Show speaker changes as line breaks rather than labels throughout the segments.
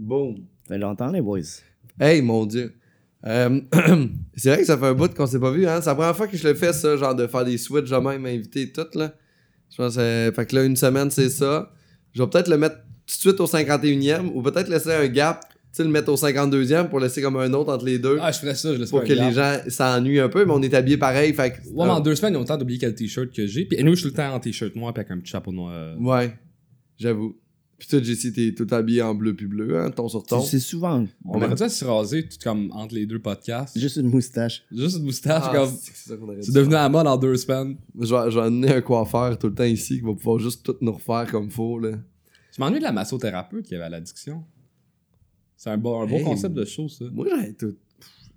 Boom.
Ça fait longtemps, les boys.
Hey, mon Dieu. Euh, c'est vrai que ça fait un bout qu'on s'est pas vu, hein. C'est la première fois que je le fais, ça, genre de faire des switches, jamais m'inviter et tout, là. Je pense, euh, fait que là, une semaine, c'est ça. Je vais peut-être le mettre tout de suite au 51e ou peut-être laisser un gap, tu sais, le mettre au 52e pour laisser comme un autre entre les deux.
Ah, je ferais ça, je laisse
pour
pas
que
un
les Ah.
gap.
gens s'ennuient un peu, mais on est habillés pareil, fait que.
Ouais, mais en deux semaines, ils ont le temps d'oublier quel t-shirt que j'ai. Puis, nous, je suis tout le temps en t-shirt noir, puis avec un petit chapeau noir.
euh, Ouais, j'avoue. Puis toi, Jessie, t'es tout habillé en bleu puis bleu, hein, ton sur ton.
C'est souvent
On aurait dû se raser, tout comme entre les deux podcasts.
juste
Juste,
une moustache.
une moustache,
Ah,
comme.
c'est- c'est ça qu'on aurait
C'est
dû
devenu à la mode en deux semaines.
Je vais, je vais amener un coiffeur tout le temps ici qui va pouvoir juste tout nous refaire comme faut. Là.
Je m'ennuie de la massothérapeute qui avait à l'addiction. C'est un, bon, un beau
Hey.
concept de show, ça.
Moi, j'avais tout.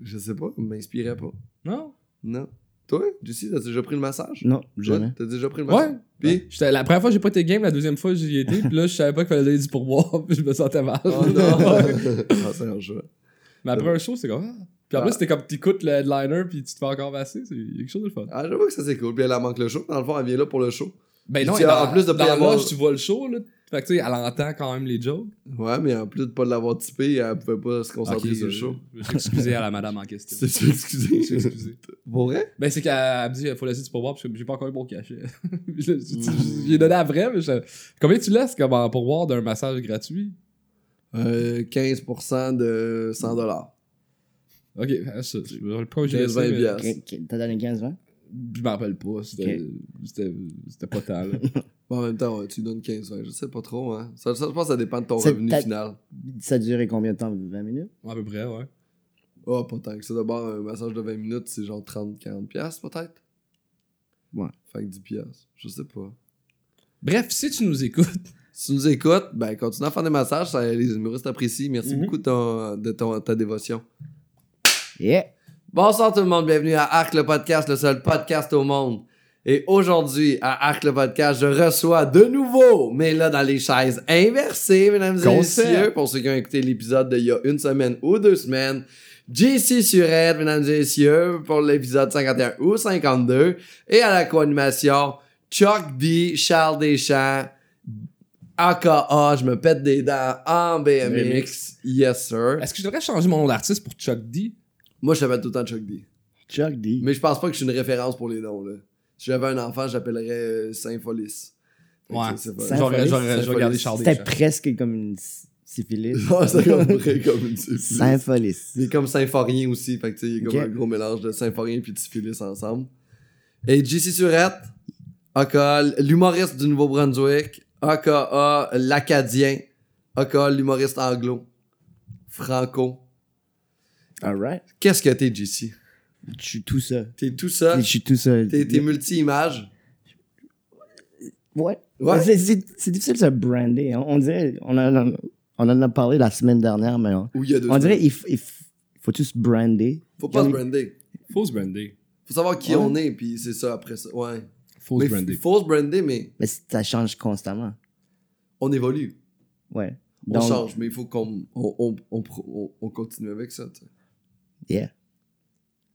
Je sais pas, il m'inspirait pas.
Non?
Non. Toi, Jessie, t'as déjà pris le massage?
Non,
Toi,
jamais.
T'as déjà pris le massage?
Ouais.
Puis?
J'étais- La première fois, j'ai pas été game, la deuxième fois, j'y étais, puis là, je savais pas qu'il fallait donner du pourboire, puis je me sentais mal.
Oh non! ah, c'est un jeu.
Mais après un show, c'est comme. ah. Puis après,
Ah.
c'était comme t'écoutes le headliner, puis tu te fais encore vasser. C'est quelque chose de fun.
Ah, j'avoue que ça, c'est cool. Puis elle elle manque le show. Dans le fond, elle vient là pour le show.
Ben non,
Tu
et
as-
dans-
ah, en plus de
dans la
pas avoir-
loge, tu vois le show, là. Fait que tu sais, elle entend quand même les jokes.
Ouais, mais en plus de pas l'avoir typé, elle pouvait pas se concentrer
Ok,
sur le
euh,
show.
Je vais s'excuser à la madame en question.
C'est tu
Je
excusé.
suis excusé.
Pour vrai?
Ben, c'est qu'elle elle me dit, faut laisser du pourboire, parce que j'ai pas encore eu mon cachet. je je- je l'ai donné à vrai, mais je- Combien tu laisses comme en pourboire d'un massage gratuit?
Euh, 15% de 100$.
Ok, je, je, je, le point où j'ai laissé,
15-20$.
mais-
piastres.
Qu- qu- T'as donné 15-20?
Je m'en rappelle pas, c'était c'était- c'était pas tant. là.
Bon, en même temps, ouais, tu lui donnes 15, ouais, je sais pas trop, hein. Ça, ça, je pense que ça dépend de ton
C'est
revenu
peut-être-
final.
Ça a duré combien de temps? 20 minutes?
à peu près, ouais.
Oh, pas tant que ça. D'abord, un massage de 20 minutes, c'est genre 30-40 piastres, peut-être?
Ouais.
Fait que 10 piastres, je sais pas.
Bref, si tu nous écoutes,
Si tu nous écoutes, ben, continue à faire des massages, ça- les humoristes apprécient. Merci
Mhm.
beaucoup de ton- de ton, ta dévotion.
Yeah!
Bonsoir tout le monde, bienvenue à Arc le podcast, le seul podcast au monde. Et aujourd'hui, à Arc le podcast, je reçois de nouveau, mais là dans les chaises inversées, mesdames et
Concept.
messieurs, pour ceux qui ont écouté l'épisode d'il y a une semaine ou deux semaines, JC Surette, mesdames et messieurs, pour l'épisode 51 ou 52, et à la co-animation, Chuck B, Charles Deschamps, AKA, je me pète des dents en BMX, yes sir.
est-ce que je devrais changer mon nom d'artiste pour Chuck D?
Moi, je t'appelle tout le temps Chuck D.
Chuck D.
Mais je pense pas que je suis une référence pour les noms, là. Si j'avais un enfant, j'appellerais euh, Sympholis. Fait que
Ouais.
c'est- c'est pas-
Sympholis.
J'aurais j'aurais-
Sympholis.
j'aurais regardé Charles
C'était
Deschamps.
presque comme une sy- syphilis.
Ouais, ça compterait comme une syphilis.
Sympholis.
Il est comme symphorien aussi, fait que tu sais, il est comme
Ok.
un gros mélange de symphorien puis de syphilis ensemble. Et JC Surette, aka l'humoriste du Nouveau-Brunswick, aka l'Acadien, aka l'humoriste anglo, franco.
Alright.
Qu'est-ce que t'es, JC?
Je suis tout seul.
T'es tout ça,
Je suis tout seul.
Ah, t'es t'es multi-images.
Ouais.
Ouais.
C'est- C'est c'est difficile de se brander. On, on dirait, on en, a- on en a parlé la semaine dernière, mais on,
Ou il y a deux.
on dirait il, f- il f- faut-tu se brander?
Faut pas se
Oui.
brander.
Faut se brander.
Faut savoir qui
Ouais.
on est, puis c'est ça après ça. Ouais.
Faut
mais
se
f-
brander.
faut se brander, mais
Mais ça change constamment.
on évolue.
Ouais.
On
Donc-
change, mais il faut qu'on on, on, on, pro- on- on continue avec ça. tu sais.
Mm. Yeah.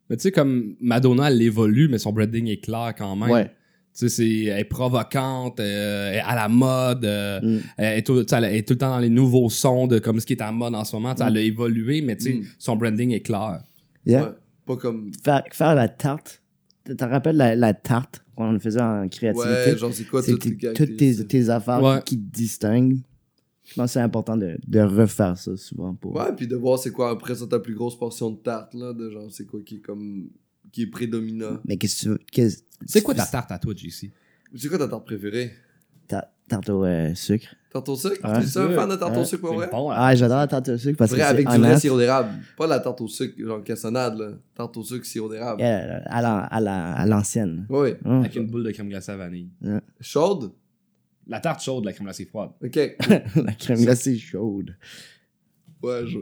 Mais tu sais, comme Madonna, elle évolue, mais son branding est clair quand même.
Ouais.
Tu sais, c'est- elle est provocante, euh, elle est à la mode, euh,
Mm.
elle, est tout, tu sais, elle est tout le temps dans les nouveaux sons de comme ce qui est en mode en ce moment. Tu sais,
Mm.
Elle a évolué, mais tu sais,
Mm.
son branding est clair.
Yeah.
Ouais. Pas comme.
Faire, faire la tarte. Tu te rappelles la, la tarte qu'on faisait en créativité?
Ouais, genre, c'est quoi
c'est
toutes tes
tes- toutes tes,
caractéristiques?
tes affaires
Ouais.
qui te distinguent. Je pense que c'est important de, de refaire ça souvent pour.
Ouais, puis de voir c'est quoi après ça ta plus grosse portion de tarte, là, de genre, c'est quoi qui est comme. qui est prédominant.
Mais qu'est-ce que tu veux- qu'est-ce-
C'est quoi ta tarte à toi, JC?
C'est quoi ta tarte préférée
ta- tarte au euh, sucre?
Tarte au sucre
Ah,
T'es ça, un
sûr.
fan de tarte au
Ah,
sucre pour
C'est
vrai
bon, hein?
Ah, j'adore la tarte au sucre parce
Vrai,
que c'est
avec du vrai
honnête.
sirop d'érable. Pas la tarte au sucre, genre cassonade, là. Tarte au sucre, sirop d'érable.
Yeah, euh, à la- à la- à l'ancienne.
Ouais.
Hum.
Avec une boule de crème glacée à vanille.
Chaude
La tarte chaude, la crème glacée froide.
Ok.
la crème glacée chaude.
Ouais, je.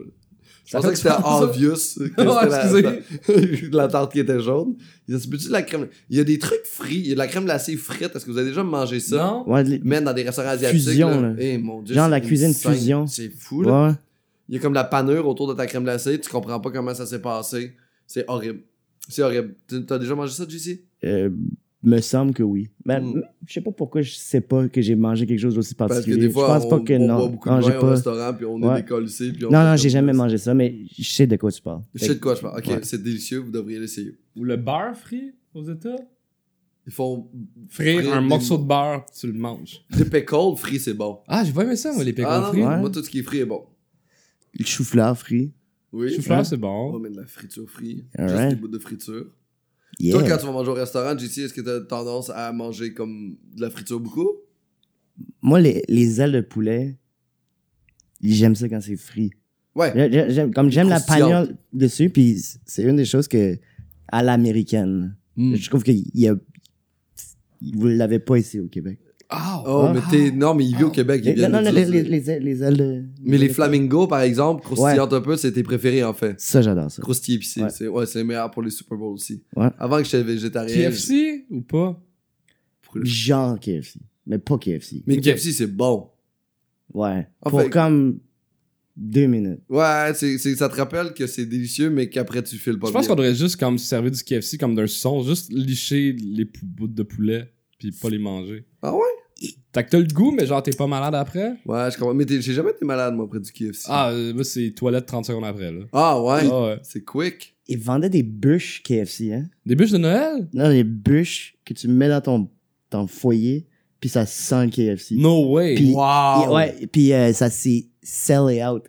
Je
Ça
pensais
fait
que c'était
du sens, ça.
obvious que
Oh,
c'était la- la, la tarte qui était jaune. Il y a- c'est-tu de la crème. Il y a des trucs frits. Il y a de la crème glacée frite. Est-ce que vous avez déjà mangé ça?
Non?
Ouais, les-
Même dans des restaurants asiatiques.
Fusion, là.
Eh, mon Dieu,
Genre
c'est
la
une
cuisine
scène.
fusion.
C'est fou, là.
ouais.
Il y a comme la panure autour de ta crème glacée. Tu comprends pas comment ça s'est passé. C'est horrible. C'est horrible. Tu- T'as déjà mangé ça, JC?
Euh, Me semble que oui. Mais
Mm.
je sais pas pourquoi je sais pas que j'ai mangé quelque chose d'aussi
Parce que
particulier.
des fois,
je pense
on,
pas que
on
non.
boit beaucoup
Non,
de
j'ai
vin au
pas-
restaurant, puis on
Ouais.
est décollé. Puis on
non,
fait
non,
comme
j'ai jamais
ça.
mangé ça, mais je sais de quoi tu parles.
Je sais de quoi je parle. Ok,
Ouais.
c'est délicieux, vous devriez l'essayer.
Ou le beurre frit aux États.
Ils font
Frire un
des-
morceau de beurre, tu le manges.
Des pickles frits, c'est bon.
Ah, j'ai pas aimé ça, moi, les
Ah
pécans
non,
frits.
Ouais.
moi, tout ce qui est frit est bon.
Le chou-fleur frit.
Oui.
Chou-fleur,
Ouais.
c'est
On
bon.
met de la friture frite.
All
Juste
right.
des bouts de friture.
Yeah.
Toi, quand tu vas manger au restaurant, JC, est-ce que tu as tendance à manger comme de la friture beaucoup?
Moi, les, les ailes de poulet, j'aime ça quand c'est frit.
Ouais.
J'ai- j'ai- j'aime- comme j'aime la
Croustillant.
pagnole dessus, puis c'est une des choses que à l'américaine.
Hmm.
Hmm.
Je trouve qu'il y a. Vous l'avez pas ici au Québec.
Ah,
Oh, mais t'es. Non, mais il vit au Québec. Il
Les-
vient
Ah. non,
de
non,
dire
les,
ça.
les, les ailes- les ailes de.
Mais les flamingos, par exemple, croustillantes un peu, c'est tes préférés, en fait.
Ça, j'adore ça.
Croustillés épicés.
Ouais.
C'est ouais, c'est les meilleurs pour les Super Bowl aussi.
Ouais.
Avant que j'étais végétarien.
KFC ou pas?
je-
Genre KFC. Mais pas KFC.
Mais KFC, c'est bon.
Ouais.
En
Pour
Ah, fait-
comme deux minutes.
Ouais, c'est c'est- ça te rappelle que c'est délicieux, mais qu'après, tu files pas
Je pense qu'on
bien.
devrait juste comme se servir du KFC comme d'un son, juste licher les pou- bouts de poulet puis pas les manger.
Ah ouais?
T'as que t'as le goût, mais genre t'es pas malade après?
Ouais, je comprends. Mais t'es- j'ai jamais été malade, moi, près du KFC.
Ah, euh, moi c'est toilette 30 secondes après là.
Ah, ouais.
Ah ouais.
C'est quick.
Ils vendaient des bûches KFC, hein.
Des bûches de Noël?
Non, les bûches que tu mets dans ton, ton foyer, puis ça sent le KFC.
No way!
Puis-
Wow.
Et- ouais, puis euh, ça s'est sell out.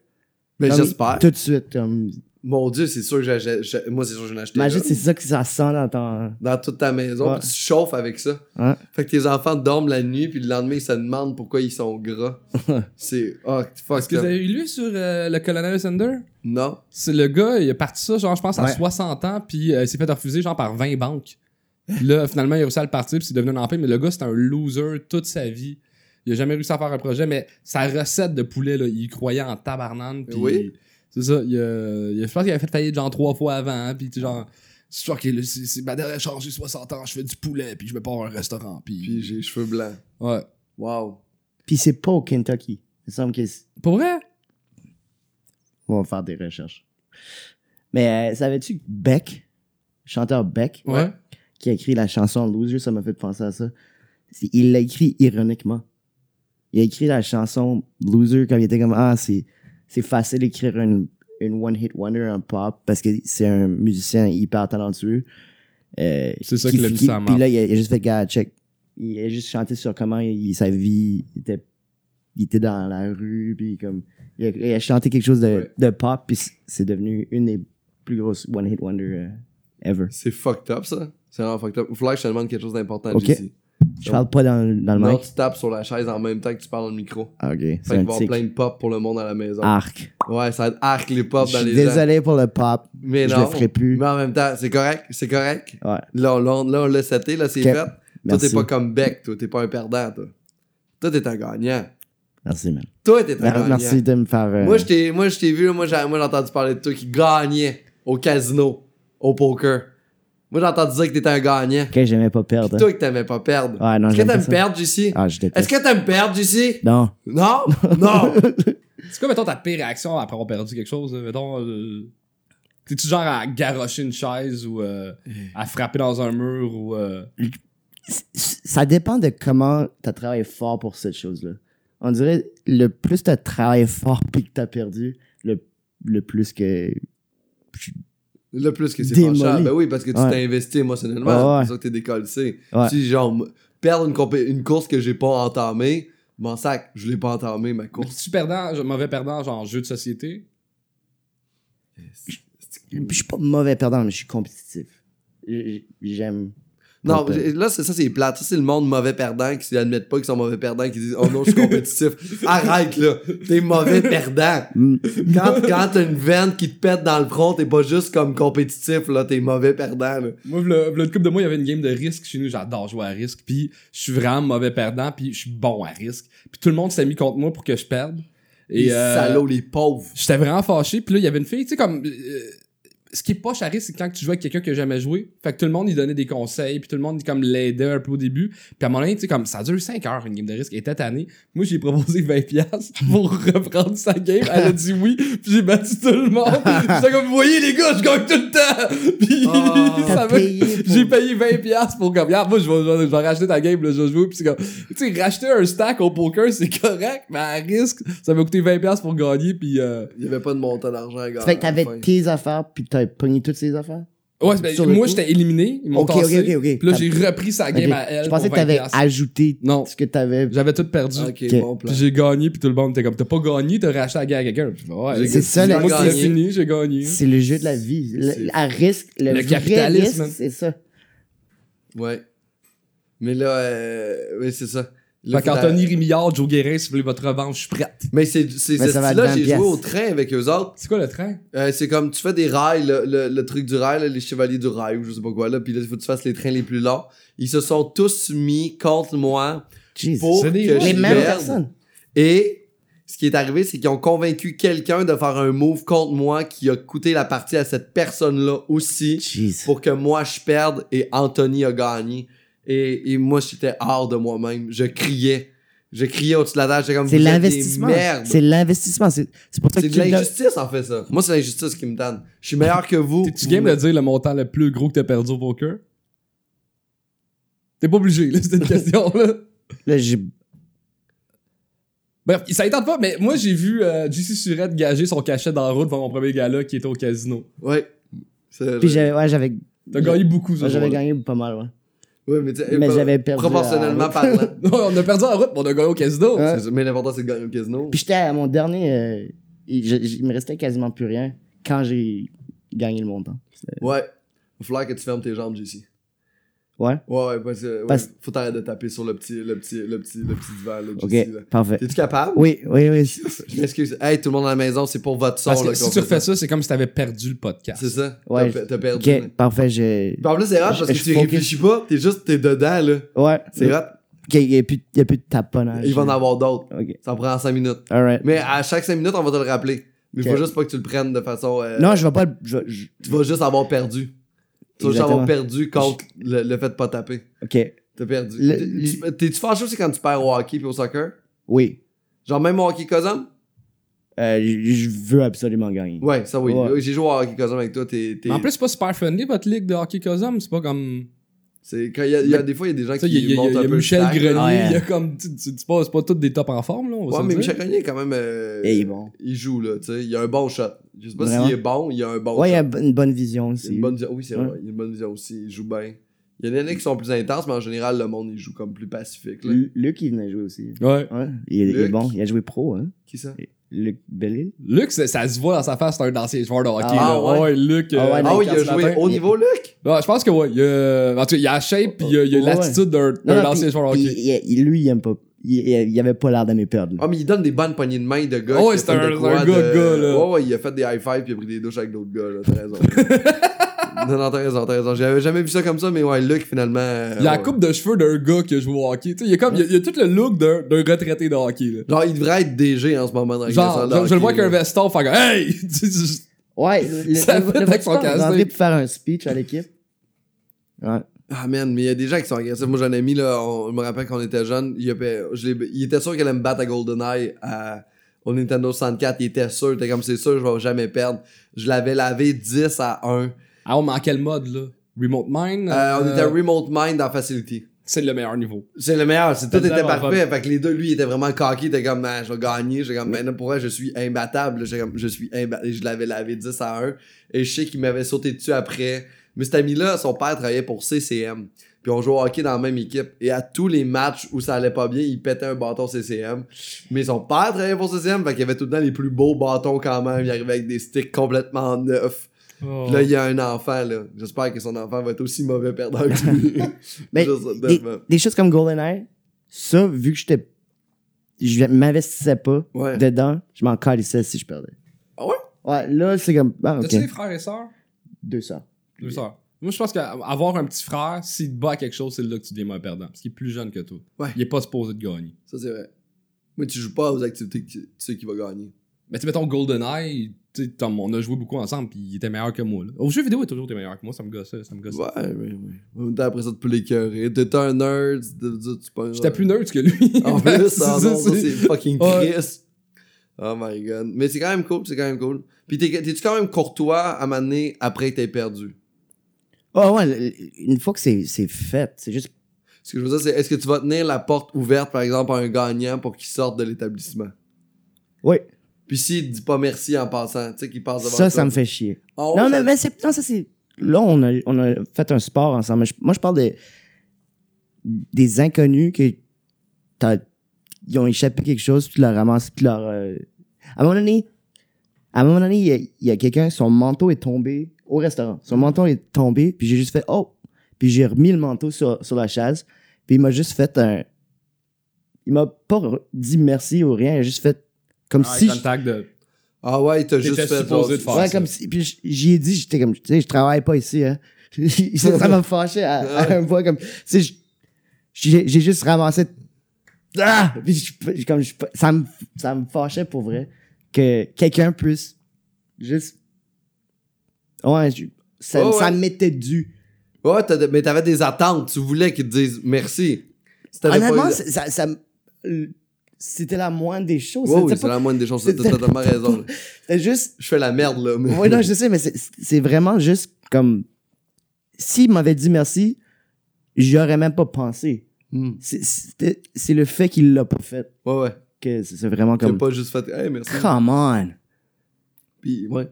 Mais
Comme
Ben, j'espère.
Tout de suite. Comme...
Mon Dieu, c'est sûr que j'ai- j'ai. j'ai- Moi, c'est sûr que j'en ai acheté.
Imagine,
là.
c'est ça que ça sent dans ton.
dans toute ta maison,
Ouais.
puis tu chauffes avec ça.
Ouais.
Fait que tes enfants dorment la nuit, puis le lendemain, ils se demandent pourquoi ils sont gras. c'est. Oh, fuck.
Est-ce que vous avez lu sur euh, le colonel Sander?
Non.
C'est le gars, il a parti ça, genre, je pense, à
Ouais.
60 ans, puis euh, il s'est fait refuser, genre, par 20 banques. Puis là, finalement, il a réussi à le partir, puis c'est devenu un empire, mais le gars, c'est un loser toute sa vie. Il a jamais réussi à faire un projet, mais sa recette de poulet, là, il croyait en tabarnane, puis...
Oui.
C'est ça, il, a- il a- je pense qu'il avait fait faillite, genre, trois fois avant, hein, puis tu sais, genre... C'est sûr que c'est c'est ma dernière chance, j'ai 60 ans, je fais du poulet, puis je me pars à un restaurant, puis...
Puis j'ai les cheveux blancs.
Ouais.
Wow.
Puis c'est pas au Kentucky. Il me semble que. c'est-
Pour vrai?
On va faire des recherches. Mais euh, savais-tu que Beck, chanteur Beck,
Ouais.
qui a écrit la chanson Lose You, ça m'a fait penser à ça. C'est- Il l'a écrit ironiquement. Il a écrit la chanson Loser quand il était comme Ah, c'est, c'est facile d'écrire une, une one-hit wonder, un pop, parce que c'est un musicien hyper talentueux. Euh,
C'est ça
qui-
qui l'a
qui-
mis ça
Puis là, il a, il a juste fait gars, check. Il a juste chanté sur comment il, sa vie il était, il était dans la rue, puis comme. Il a, il a chanté quelque chose de,
Ouais.
de pop, puis c'est- c'est devenu une des plus grosses one-hit wonder euh, ever.
C'est fucked up, ça. C'est vraiment fucked up. Il que je te demande quelque chose d'important,
Ok.
JC.
Je parle pas dans, le- dans le
Non,
mic.
tu tapes sur la chaise en même temps que tu parles dans le micro.
Ah, Ok,
Fait
c'est
qu'il va y
un
avoir
tic.
plein de pop pour le monde à la maison.
Arc.
Ouais, ça arc les
Je
pop dans
suis
les gens.
désolé pour le pop.
Mais
je
non.
le ferai plus.
Mais en même temps, c'est correct. C'est correct.
Ouais,
Là, on, là, on- là, on l'a seté, là, c'est
Ok.
fait. Toi,
merci.
t'es pas comme Beck, toi. T'es pas un perdant, toi. Toi, t'es un gagnant.
Merci, man.
Toi, t'es un
Mer-
gagnant.
Merci de me faire... euh,
Moi, je t'ai, moi, je t'ai vu, là, moi, j'ai, moi, j'ai entendu parler de toi qui gagnait au casino, au poker. Moi, j'ai entendu dire que t'étais un gagnant.
Ok, j'aimais pas perdre.
Puis toi, que t'aimais pas perdre.
Ouais, non,
Est-ce que
Ah, j'aime pas
t'aimes
ça.
perdre, JC?
Ah, je déteste.
Est-ce que t'aimes perdre, JC?
Non.
Non? Non!
C'est quoi, mettons, ta pire réaction après avoir perdu quelque chose? hein? Mettons, euh, t'es-tu genre à garrocher une chaise ou euh,
Eh.
à frapper dans un mur ou. euh,
C- c- Ça dépend de comment t'as travaillé fort pour cette chose-là. On dirait, le plus t'as travaillé fort puis que t'as perdu, le, le plus que...
Le plus que c'est
Démoli.
penchable. Ben oui, parce que tu
Ouais.
t'es investi émotionnellement.
Ouais, ouais.
C'est pour ça que t'es décollé.
Ouais.
Si, genre, m- perdre une, compé- une course que j'ai pas entamée, mon sac, je l'ai pas entamée, ma
mais
course.
t'es-tu perdant, genre, mauvais perdant, genre jeu de société?
Puis Je suis pas mauvais perdant, mais je suis compétitif. J- J'aime...
Non,
Pas
j'ai- là, c'est- ça, c'est plate. Ça, c'est le monde mauvais perdant qui n'admettent pas qu'ils sont mauvais perdants, qui disent Oh non, je suis compétitif. Arrête, là. T'es mauvais perdant.
Mm.
Quand, quand t'as une veine qui te pète dans le front, t'es pas juste comme compétitif, là. T'es mauvais perdant, là.
Moi, le, couple de moi, il y avait une game de risque chez nous. J'adore jouer à risque. Puis, je suis vraiment mauvais perdant. Puis, je suis bon à risque. Puis, tout le monde s'est mis contre moi pour que je perde.
les
euh,
salauds, les pauvres.
J'étais vraiment fâché. Puis là, il y avait une fille, tu sais, comme. euh, ce qui est pas charré, c'est quand tu joues avec quelqu'un qui a jamais joué. Fait que tout le monde, il donnait des conseils, puis tout le monde, comme, l'aidait un peu au début. Puis à un moment donné, tu sais, comme, ça dure 5 heures, une game de risque, elle était tannée. Moi, j'ai proposé 20$ pour reprendre sa game. Elle a dit oui, puis j'ai battu tout le monde. J'étais comme, vous voyez, les gars, je gagne tout le temps! Puis
Oh.
ça
T'as
m'a-
payé pour-
J'ai payé 20$ pour comme, regarde, moi, je vais, je vais- je vais racheter ta game, là, je vais jouer, puis c'est comme, tu sais, racheter un stack au poker, c'est correct, mais à risque, ça m'a coûté 20$ pour gagner, puis euh,
Il y avait pas de montant d'argent, gars.
Ça fait que
à la
t'avais
fin.
tes affaires, puis t'as pogné toutes ces affaires?
Ouais, ben,
Sur le
moi
coup?
j'étais éliminé, ils m'ont
Ok,
tassé.
ok, ok, ok.
Puis là
T'as-
j'ai repris sa game
Ok.
à elle.
Je pensais que
pour
t'avais
20$.
ajouté
Non,
ce que t'avais.
j'avais tout perdu.
Ok,
Ok.
bon plan.
Puis j'ai gagné, puis tout le monde était comme t'as pas gagné, t'as racheté la game à quelqu'un. Je dis, Ouais,
C'est ça,
le
le-
Moi c'est
gagné.
fini, j'ai gagné.
C'est le jeu de la vie. Le-
C'est-
à risque, le,
Le
vrai
capitalisme.
risque, c'est ça.
Ouais. Mais là, euh, oui, c'est ça. Là,
Fait
faut
qu'Anthony Rémillard, Joe Guérin, si vous voulez votre revanche, je suis prête.
Mais c'est c'est
Mais
ce
ça va
style-là,
être
j'ai
20
joué au
piastres.
train avec eux autres.
C'est quoi le train?
Euh, c'est comme tu fais des rails, le, le- le truc du rail, là, les chevaliers du rail ou je sais pas quoi, là, puis là, il faut que tu fasses les trains les plus longs. Ils se sont tous mis contre moi
Jesus.
pour que
C'est des-
je
Les mêmes
perde.
personnes.
Et ce qui est arrivé, c'est qu'ils ont convaincu quelqu'un de faire un move contre moi qui a coûté la partie à cette personne-là aussi
Jeez.
pour que moi je perde et Anthony a gagné. Et, et moi, j'étais hors de moi-même. Je criais. Je criais au-dessus de la table. J'étais comme,
C'est
vous êtes des
l'investissement.
merdes.
C'est l'investissement. C'est c'est pour ça que
C'est
tu
de
le donnes.
l'injustice, en fait, ça. Moi, c'est l'injustice qui me donne. Je suis meilleur que vous.
T'es-tu game de dire le montant le plus gros que t'as perdu au poker? T'es pas obligé, là, c'était une question, là.
Là, j'ai-
Bref, ça étend pas, mais moi j'ai vu euh, JC Surette gager son cachet dans la route devant mon premier gala qui était au casino.
Ouais. C'est-
Puis j'avais ouais, j'avais-
T'as gagné beaucoup,
ouais,
ça.
j'avais gagné pas mal, ouais.
Ouais, mais, tu sais,
Mais
pas-
j'avais perdu.
Proportionnellement
à-
parlant.
Non, on a perdu en route, mais on a gagné au casino.
Ouais.
C'est ça. Mais l'important, c'est de gagner au casino.
Puis j'étais à mon dernier. euh, et je- je- il me restait quasiment plus rien quand j'ai gagné le montant.
Ouais. Il va falloir que tu fermes tes jambes, JC.
Ouais?
Ouais, ouais, parce que. ouais,
Parce-
Faut t'arrêter de taper sur le petit, le petit, le petit, le petit divan, là,
Ok,
JC, là.
parfait.
T'es-tu capable?
Oui, oui, oui.
Je m'excuse. Hey, tout le monde à la maison, c'est pour votre son,
Parce
là.
que si
qu'on
tu
fait
refais
ça.
ça, c'est comme si t'avais perdu le podcast.
C'est ça.
Ouais,
T'as- T'as perdu. là.
Ok, parfait. Je...
Puis en plus, c'est rare parce
Je-
que
je
tu
focus.
réfléchis pas. T'es juste, t'es dedans, là.
Ouais.
C'est rare.
Ok, il n'y a, plus- il y a plus de taponnage.
Il va en avoir d'autres.
Ok,
Ça prend 5 minutes.
alright.
Mais à chaque 5 minutes, on va te le rappeler. Mais
Ok.
faut juste pas que tu le prennes de façon. euh,
Non, je vais pas. le- Je, je-
Tu vas juste avoir perdu. Tu vas juste avoir
Exactement.
perdu contre le, le fait de pas taper.
Ok,
T'as perdu.
Le-
T'es- tu- T'es-tu fâché aussi quand tu perds au hockey puis au soccer?
oui.
Genre même au hockey Cosum?
Euh, je je veux absolument gagner.
Ouais, ça oui.
Ouais.
J'ai joué au hockey Cosum avec toi. T'es. t'es-
Mais En plus, c'est pas super friendly votre ligue de hockey Cosum. C'est pas comme.
c'est quand il y a, il y a- des fois, il y a des gens
Tu sais,
qui
ben, il y a- il y a,
montent
il y a
un peu le
Michel
slack.
Grenier, il
Ouais.
y a comme. tu- tu- C'est pas, c'est pas tous des tops en forme, là. On va
Ouais,
se le
mais
dire.
Michel Grenier est quand même. euh,
Et il est bon.
Il joue, là. Tu sais, il a un bon shot. Je sais pas
Vraiment?
s'il est bon, il a un bon
Ouais, il y a
shot.
une bonne vision
Il a
aussi.
une bonne vision. Oui, c'est
Ouais.
vrai. Il a une bonne vision aussi. Il joue bien. Il y en a des qui sont plus intenses, mais en général, le monde, il joue comme plus pacifique, là.
Lu- Luc, il venait jouer aussi.
Ouais.
Ouais, il, il est
Luc.
bon. Il a joué pro, hein.
Qui ça?
Luc Bellil.
Luc, c'est- ça se voit dans sa face, c'est un ancien joueur de hockey.
Ah,
là.
ouais.
Luc.
Ah, ouais,
euh,
Ah oui,
quand
il a
ce
joué
matin-
au niveau, Luc?
Ouais, je pense que ouais. il y a- En tout cas, il y a la shape, puis il y a- il y a
Ouais.
l'attitude d'un
Non,
d'un
non,
ancien
puis-
joueur de
puis
hockey.
il- il- lui, il aime pas. Il, il- il avait pas l'air d'aimer perdre. là.
Ah, mais il donne des bonnes poignées de main de gars.
Oh,
qui a
c'est
fait
un-
de quoi
un gars de gars, là.
Ouais, ouais, il a fait des high five puis il a pris des douches avec d'autres gars, là. T'as raison. non, non, t'as raison, t'as raison. J'avais jamais vu ça comme ça, mais ouais, Luc, finalement. euh,
Il y a la
ouais.
coupe de cheveux d'un gars qui a joué au hockey. Tu sais, il y a comme. Il y a- il y a tout le look d'un d'un retraité de hockey, là.
Genre, il devrait être DG en ce moment dans la
Genre,
salle de
je, je le vois
hockey,
qu'un
là.
veston, fait que, hey! Tu sais, tu-
Ouais, le,
Ça fait avec son
temps,
casting.
rentrer pour faire un speech à l'équipe. Ouais.
Ah, man, mais il y a des gens qui sont agressifs. Moi, j'ai un ami, là, on- je me rappelle qu'on était jeunes. Il, avait- je l'ai- il était sûr qu'il allait me battre à GoldenEye à, au Nintendo 64. Il était sûr. Il était comme, c'est sûr, je vais jamais perdre. Je l'avais lavé 10 à 1.
Ah, on est en quel mode, là? Remote Mine?
Euh, on
euh,
était Remote Mind en Facility.
C'est le meilleur niveau.
C'est le meilleur, c'est tout
C'est
était
vraiment
parfait. Fait que les deux, lui, il était vraiment cocky, il était comme, Ah, je vais gagner. J'étais comme, maintenant, pour vrai, je suis imbattable. J'étais comme, je suis imbattable. Je l'avais lavé 10 à 1. Et je sais qu'il m'avait sauté dessus après. Mais cet ami-là, son père travaillait pour CCM. Puis on jouait au hockey dans la même équipe. Et à tous les matchs où ça allait pas bien, il pétait un bâton CCM. Mais son père travaillait pour CCM, fait qu'il avait tout le temps les plus beaux bâtons quand même. Il arrivait avec des sticks complètement neufs. Puis là, il y a un enfant, là. J'espère que son enfant va être aussi mauvais perdant que lui.
Mais
Juste,
des, des choses comme GoldenEye, ça, vu que j'étais. Je m'investissais pas
Ouais.
dedans, je m'en calissais si je perdais.
Euh. Ah ouais?
Ouais, là, c'est comme. Ah, ok.
T'as-tu des frères et sœurs?
200.
Deux sœurs. Moi, je pense qu'avoir un petit frère, s'il te bat à quelque chose, c'est là que tu deviens un perdant. Parce qu'il est plus jeune que toi.
Ouais.
Il est pas supposé de gagner.
Ça, c'est vrai. Mais tu joues pas aux activités que tu tu sais qui va gagner.
Mais tu sais, mettons GoldenEye, tu sais, Tom, on a joué beaucoup ensemble, puis il était meilleur que moi. là. Au jeu vidéo, il a toujours été meilleur que moi, ça me gossait. Ça me gossait.
Ouais, ouais, ouais. En même temps, après ça, tu peux l'écœurer. T'étais un nerd, tu tu- tu- tu penses-
J'étais plus nerd que lui.
En plus, ah non, ça,
C'est-
c'est fucking
Ouais.
Chris. Oh my god. Mais c'est quand même cool, c'est quand même cool. Puis t'es- t'es-tu quand même courtois à m'amener après que t'es perdu?
Oh ouais, le- le- une fois que c'est c'est fait, c'est juste.
Ce que je veux dire, c'est est-ce que tu vas tenir la porte ouverte, par exemple, à un gagnant pour qu'il sorte de l'établissement?
Oui,
Puis s'il te dit pas merci en passant, tu sais, qu'il passe devant
ça, ça
toi.
me fait chier.
Oh,
non,
ça-
mais, mais c'est. Non, ça, c'est. Là, on a, on a fait un sport ensemble. Je- moi, je parle de, des inconnus que t'as- ils ont échappé quelque chose, puis tu leur ramasses, puis tu leur. euh, À un moment donné, à un moment donné, il y a, il y a quelqu'un, son manteau est tombé au restaurant. Son manteau est tombé, puis j'ai juste fait oh, puis j'ai remis le manteau sur, sur la chaise, puis il m'a juste fait un. Il m'a pas re- dit merci ou rien, il a juste fait comme
Eye
si. je-
contact de-
Ah ouais, t'as juste
T'étais
fait
supposé de faire
Ouais,
ça.
comme si. Puis j- j'y ai dit, j'étais comme, tu sais, je travaille pas ici, hein. ça ça m'a fâché à, à un point, comme, tu sais, j- j'ai j'ai juste ramassé. Ah! Puis je- je- comme, je- ça me, ça me fâchait pour vrai que quelqu'un puisse juste. Ouais, je- ça,
Ouais,
ça
ouais.
m'était dû.
Ouais, t'as- mais t'avais des attentes, tu voulais qu'ils te disent merci. Si t'avais pas
Honnêtement,
eu-
c'est- ça, ça me- le- c'était la moindre des choses.
Ouais, oui,
c'était
c'est
pas-
la moindre des choses, t'as
c'était-
totalement raison.
c'était juste.
Je fais la merde, là. Mais...
Oui, non, je sais, mais c'est- c'est vraiment juste comme. S'il m'avait dit merci, j'y aurais même pas pensé.
Hmm.
C'est- C'est c'est le fait qu'il l'a pas fait
Ouais, ouais.
que c'est c'est vraiment
T'as
comme.
pas juste fait, hey, merci.
Come on!
Puis, ouais.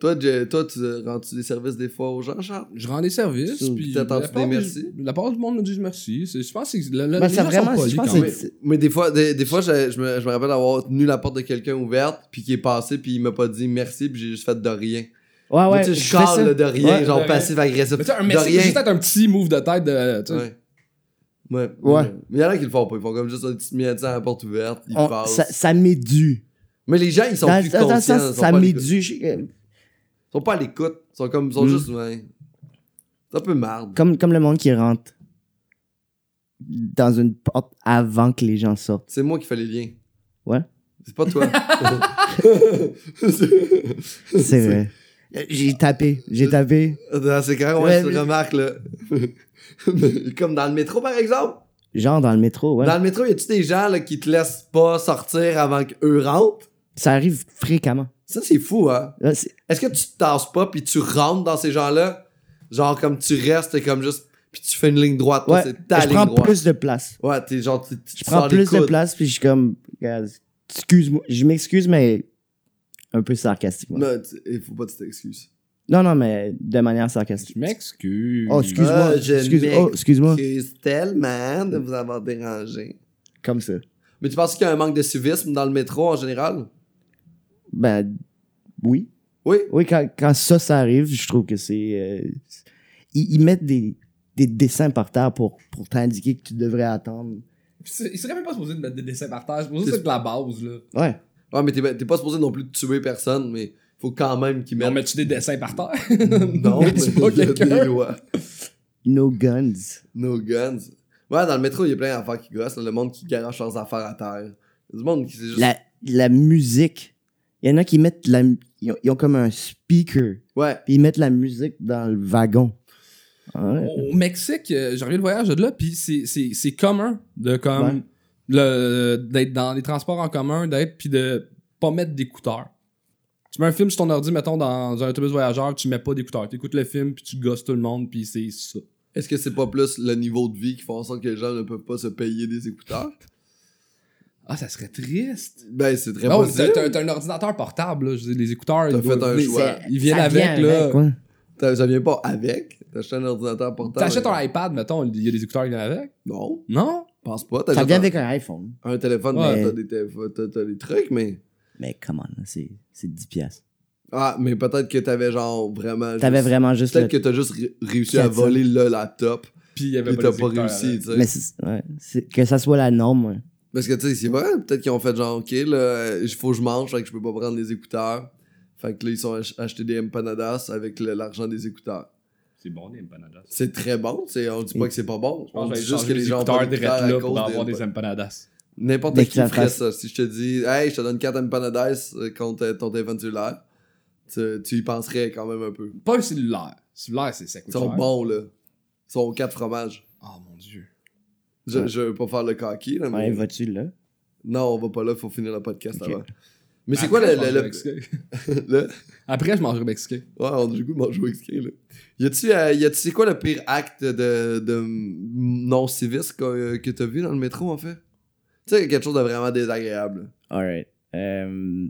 Toi, Je- toi tu euh, rends-tu des services des fois aux gens, Charles?
Je rends des services,
Puis
puis
t'attends
la
des
part des-
merci?
La part du monde me dit merci. C'est- Je pense que c'est- le- le-
Ben,
les
ça
gens
vraiment-
sont
je
polis
pense
quand
que
même.
Mais, mais des fois, des, des fois je, je me, je me rappelle avoir tenu la porte de quelqu'un ouverte, puis qui est passé, puis il m'a pas dit merci, puis j'ai juste fait de rien.
Ouais,
Moi,
Ah ouais.
tu sais,
je
je
fais
cale
ça.
là, de rien,
Ouais.
genre
de rien.
passif-agressif.
Mais tu sais, un
de
merci, c'est
rien.
juste être un petit move de tête de. tu sais,
Ouais. Ouais.
Ouais.
Mais il y en a qui le font pas. Ils font comme juste un petit miette à la porte ouverte. Ils
On-
passent.
ça ça m'est dû.
Mais les gens, ils sont
Dans,
plus
dans- dans
conscients.
le sens,
ils sont
ça
pas à
m'est
l'écoute.
dû. Je- euh,
Ils sont pas à l'écoute. Ils sont comme. Ils sont
Mm.
juste. Ouais. C'est un peu marde.
Comme, comme le monde qui rentre dans une porte avant que les gens sortent.
C'est moi qui fais les liens.
Ouais.
C'est pas toi.
C'est vrai. Euh, J'ai tapé. J'ai tapé.
Non, C'est quand même, ouais,
Ouais,
tu le
mais-
remarques, là. Comme dans le métro, par exemple.
Genre dans le métro, ouais.
Dans le métro, y a-tu des gens là, qui te laissent pas sortir avant qu'eux rentrent?
Ça arrive fréquemment.
Ça, c'est fou, hein?
Là, c'est-
Est-ce que tu te tasses pas puis tu rentres dans ces gens-là? Genre, comme tu restes, t'es comme juste. Puis tu fais une ligne droite, toi,
Ouais,
c'est ta
je
ligne
prends
droite.
plus de place.
Ouais, t'es genre. Tu, tu-
Je
tu
prends
sors les
plus de
coudes.
place, puis je suis comme, regarde, excuse-moi, je m'excuse, mais un peu sarcastiquement.
Non, tu- il faut pas que tu t'excuses.
Non, non, mais de manière
Je
sarcastique.
m'excuse.
Oh, excuse-moi,
Ah, je
excuse- oh, excuse-moi,
Excuse tellement de vous avoir dérangé.
comme ça.
Mais tu penses qu'il y a un manque de civisme dans le métro en général?
Ben, oui.
Oui.
Oui, quand, quand ça, ça arrive, je trouve que c'est... euh, ils, ils mettent des, des dessins par terre pour, pour t'indiquer que tu devrais attendre.
Puis c'est- Il serait même pas supposé de mettre des dessins par terre. C'est supposé
C'est-
que c'est de la base, là.
Ouais.
Ouais, mais t'es t'es pas supposé non plus tuer personne, mais faut quand même qu'ils
Mais on
mettent.
met-tu des dessins par terre?
Non, mais
c'est pas
il y a des
quelqu'un.
lois.
No guns.
No guns. Ouais, dans le métro, il y a plein d'affaires qui gossent. là, Le monde qui garoche leurs affaires à terre. Il y a Du monde qui c'est juste.
La, la musique. Il y en a qui mettent la... mu- Ils ont, ils ont comme un speaker,
Ouais.
puis ils mettent la musique dans le wagon. Ouais.
Au Mexique, euh, j'ai revu le voyage de là, puis c'est- c'est c'est commun de comme
Ouais.
le- d'être dans les transports en commun, d'être puis de pas mettre d'écouteurs. Tu mets un film sur ton ordi, mettons, dans un autobus voyageur, tu mets pas d'écouteurs. Tu écoutes le film, puis tu gosses tout le monde, puis c'est ça.
Est-ce que c'est pas plus le niveau de vie qui fait en sorte que les gens ne peuvent pas se payer des écouteurs?
Ah, ça serait triste.
Ben, c'est très
Non, t'as
possible.
Ah t'as- t'as un ordinateur portable, là. Je veux dire, les écouteurs,
T'as
ils,
fait
doivent-
un
mais
choix.
c'est- ils viennent avec, là.
ouais.
T'as- Ça vient pas avec. T'achètes un ordinateur portable.
T'achètes ton iPad, mettons, il y a des écouteurs qui viennent avec.
Non,
Non?
je pense pas.
Ça
T'achètes
vient
un,
avec un iPhone.
un téléphone,
Ouais.
mais t'as des, téléphones- t'as- t'as des trucs, mais.
Mais comment, c'est c'est 10 piastres.
Ah, mais peut-être que t'avais genre vraiment.
T'avais
juste-
vraiment juste le...
Peut-être que t'as juste ré- réussi à
Quatre cents.
voler le laptop.
Puis il y avait
Pis
pas,
t'as
des
pas
écouteurs
réussi,
avec.
tu sais.
Mais c'est- ouais, c'est- que ça soit la norme. ouais.
Parce que tu sais, c'est vrai, peut-être qu'ils ont fait genre, ok, là, il faut que je mange, fait que je peux pas prendre les écouteurs. Fait que là, ils sont ach- achetés des empanadas avec le- l'argent des écouteurs.
C'est bon, des empanadas.
C'est très bon, tu sais, on dit pas que c'est pas bon.
Je
On
pense que
dit
j'allais juste
juste que les gens ont pas d'écouteurs à
là
cause
pour avoir
des-
des empanadas.
N'importe
Mais
qui
que ça
ferait
fasse-
ça. Si je te dis, hey, je te donne 4 empanadas euh, contre euh, ton téléphone cellulaire, tu, tu y penserais quand même un peu.
Pas un cellulaire. Cellulaire, c'est ça coûte
Ils sont
cher.
bons, là. Ils sont aux quatre fromages.
Oh mon dieu.
Je,
Ouais.
je veux pas faire le coquille, là, mais...
Ouais, vas-tu là?
Non, on va pas là, faut finir le podcast
Ok.
avant. Mais c'est quoi le...
Bah,
le,
Après, je
le-
mangerai mexicain.
le-
Après, je mangerai mexicain.
Ouais, on a du goût de manger au XK, là. Y a-tu... euh, y a-tu- c'est quoi le pire acte de, de non-civisme que, que t'as vu dans le métro, en fait? Tu sais, quelque chose de vraiment désagréable.
Alright. Euh,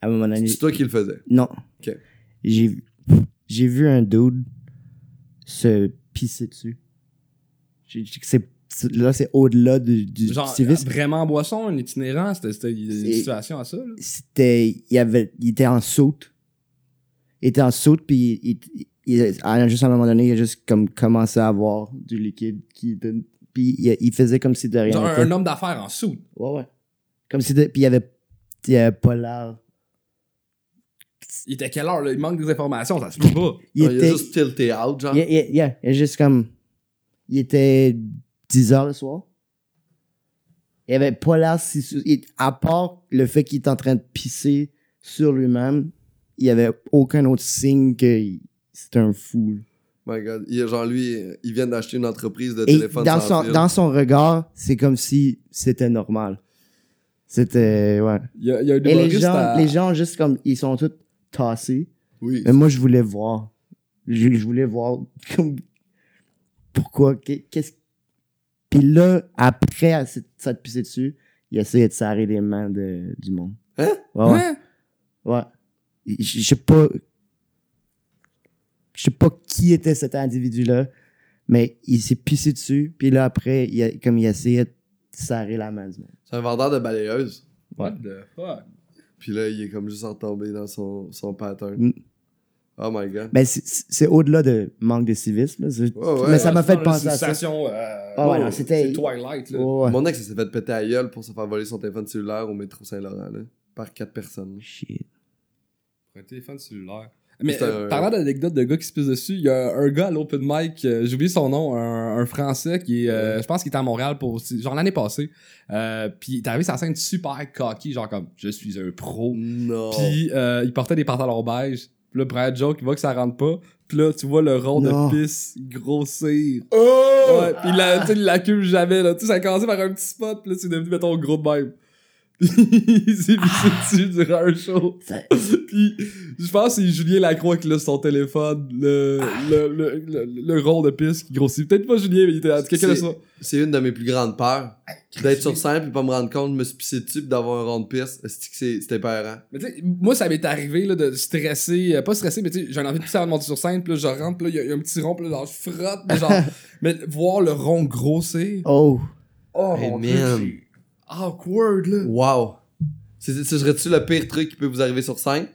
à un moment donné.
C'est toi qui le faisais.
Non.
Ok.
J'ai j'ai vu un dude se pisser dessus. J'ai- j'ai- c'est- c'est- Là, c'est au-delà du, du
Genre,
civisme.
vraiment boisson, un itinérant, c'était c'était une
C'est-
situation à ça. là.
C'était. Il, avait, il était en saute. Il était en saute, puis il, il- il- à- juste à un moment donné, il a juste comme commencé à avoir du liquide qui donne- Puis il, il faisait comme si de rien
Genre, un,
n'était.
un homme d'affaires en soute.
Ouais, ouais. Comme si de. Puis il avait, il avait pas l'air.
Il était quelle heure, là? Il manque des informations, ça se peut pas.
Il
Genre,
était.
a juste tilté out, genre.
Yeah, yeah, yeah. Et juste comme. Il était 10 heures le soir. Il avait pas l'air si. sou- il- à part le fait qu'il était en train de pisser sur lui-même, il y avait aucun autre signe que il- c'était un fou. là.
My God. Il, genre, lui, euh, ils viennent d'acheter une entreprise de
Et
téléphone
dans
sans
son,
fil.
dans son regard, c'est comme si c'était normal. C'était. Ouais.
Il y a, il y a un
Et les
humoriste
gens,
à-
les gens, juste comme. Ils sont tous tassés.
Oui.
Mais moi, je voulais voir. Je, je voulais voir comme pourquoi, qu'est- qu'est-ce. Puis là, après à s'être- s'être pissé dessus, il essayait de serrer les mains de, du monde.
Hein?
Ouais, ouais.
Hein?
ouais. Je je sais pas. Je sais pas qui était cet individu-là, mais il s'est pissé dessus, puis là, après, il a- comme il essayait de serrer la main du monde.
C'est un vendeur de balayeuse.
Ouais.
What the fuck?
Puis là, il est comme juste retombé dans son, son pattern.
Mm.
Oh my God.
Mais Ben, c'est- c'est c'est au-delà de manque de civisme. là. C'est-
Ouais, ouais.
mais ça m'a
Ouais,
fait
c'est
penser à
une
ça.
situation, euh,
Ah ouais,
wow,
non, c'était-
c'est Twilight, là.
Ouais, Oh, ouais.
Mon ex, il s'est fait péter à gueule pour se faire voler son téléphone cellulaire au métro Saint-Laurent, là, par quatre personnes.
Shit.
Un téléphone cellulaire. Mais
C'est
euh,
un-
parlant d'anecdotes de gars qui se pissent dessus, il y a un gars à l'open mic, euh, j'ai oublié son nom, un, un français qui est, euh, je pense qu'il était à Montréal pour, genre l'année passée, euh, puis il est arrivé sur la scène super cocky, genre comme, je suis un pro,
Non.
Puis euh, il portait des pantalons beige. Puis là, Brad Joke, il voit que ça rentre pas. Puis là, tu vois le rond
Non.
de pisse grossir.
Oh!
Ouais, puis il la- tu sais, il l'accuse jamais. Là. Tu sais, ça a commencé par un petit spot. Puis là, c'est devenu, mettons, gros de même. Puis il s'est mis dessus durant un show.
Ça-
Puis je pense que c'est Julien Lacroix qui l'a sur son téléphone. Le, le, le, le, le rond de pisse qui grossit. Peut-être pas Julien, mais il était en tout cas quelqu'un de
C'est-
ça.
C'est une de mes plus grandes peurs. D'être sur scène puis pas me rendre compte, me pisser dessus puis d'avoir un rond de piste. C'est que c'est- c'était épeurant.
Mais tu sais, moi, ça m'est arrivé là, de stresser, euh, pas stresser, mais tu sais, j'ai envie de pisser avant de monter sur scène, puis là, je rentre, puis là, il y a- il y, a un petit rond, puis là, genre, je frotte, mais genre, mais voir le rond grossir.
Oh.
Oh,
Hey,
mon
man.
Dieu, c'est awkward, là.
Wow. C'est- Ce serait-tu le pire truc qui peut vous arriver sur scène?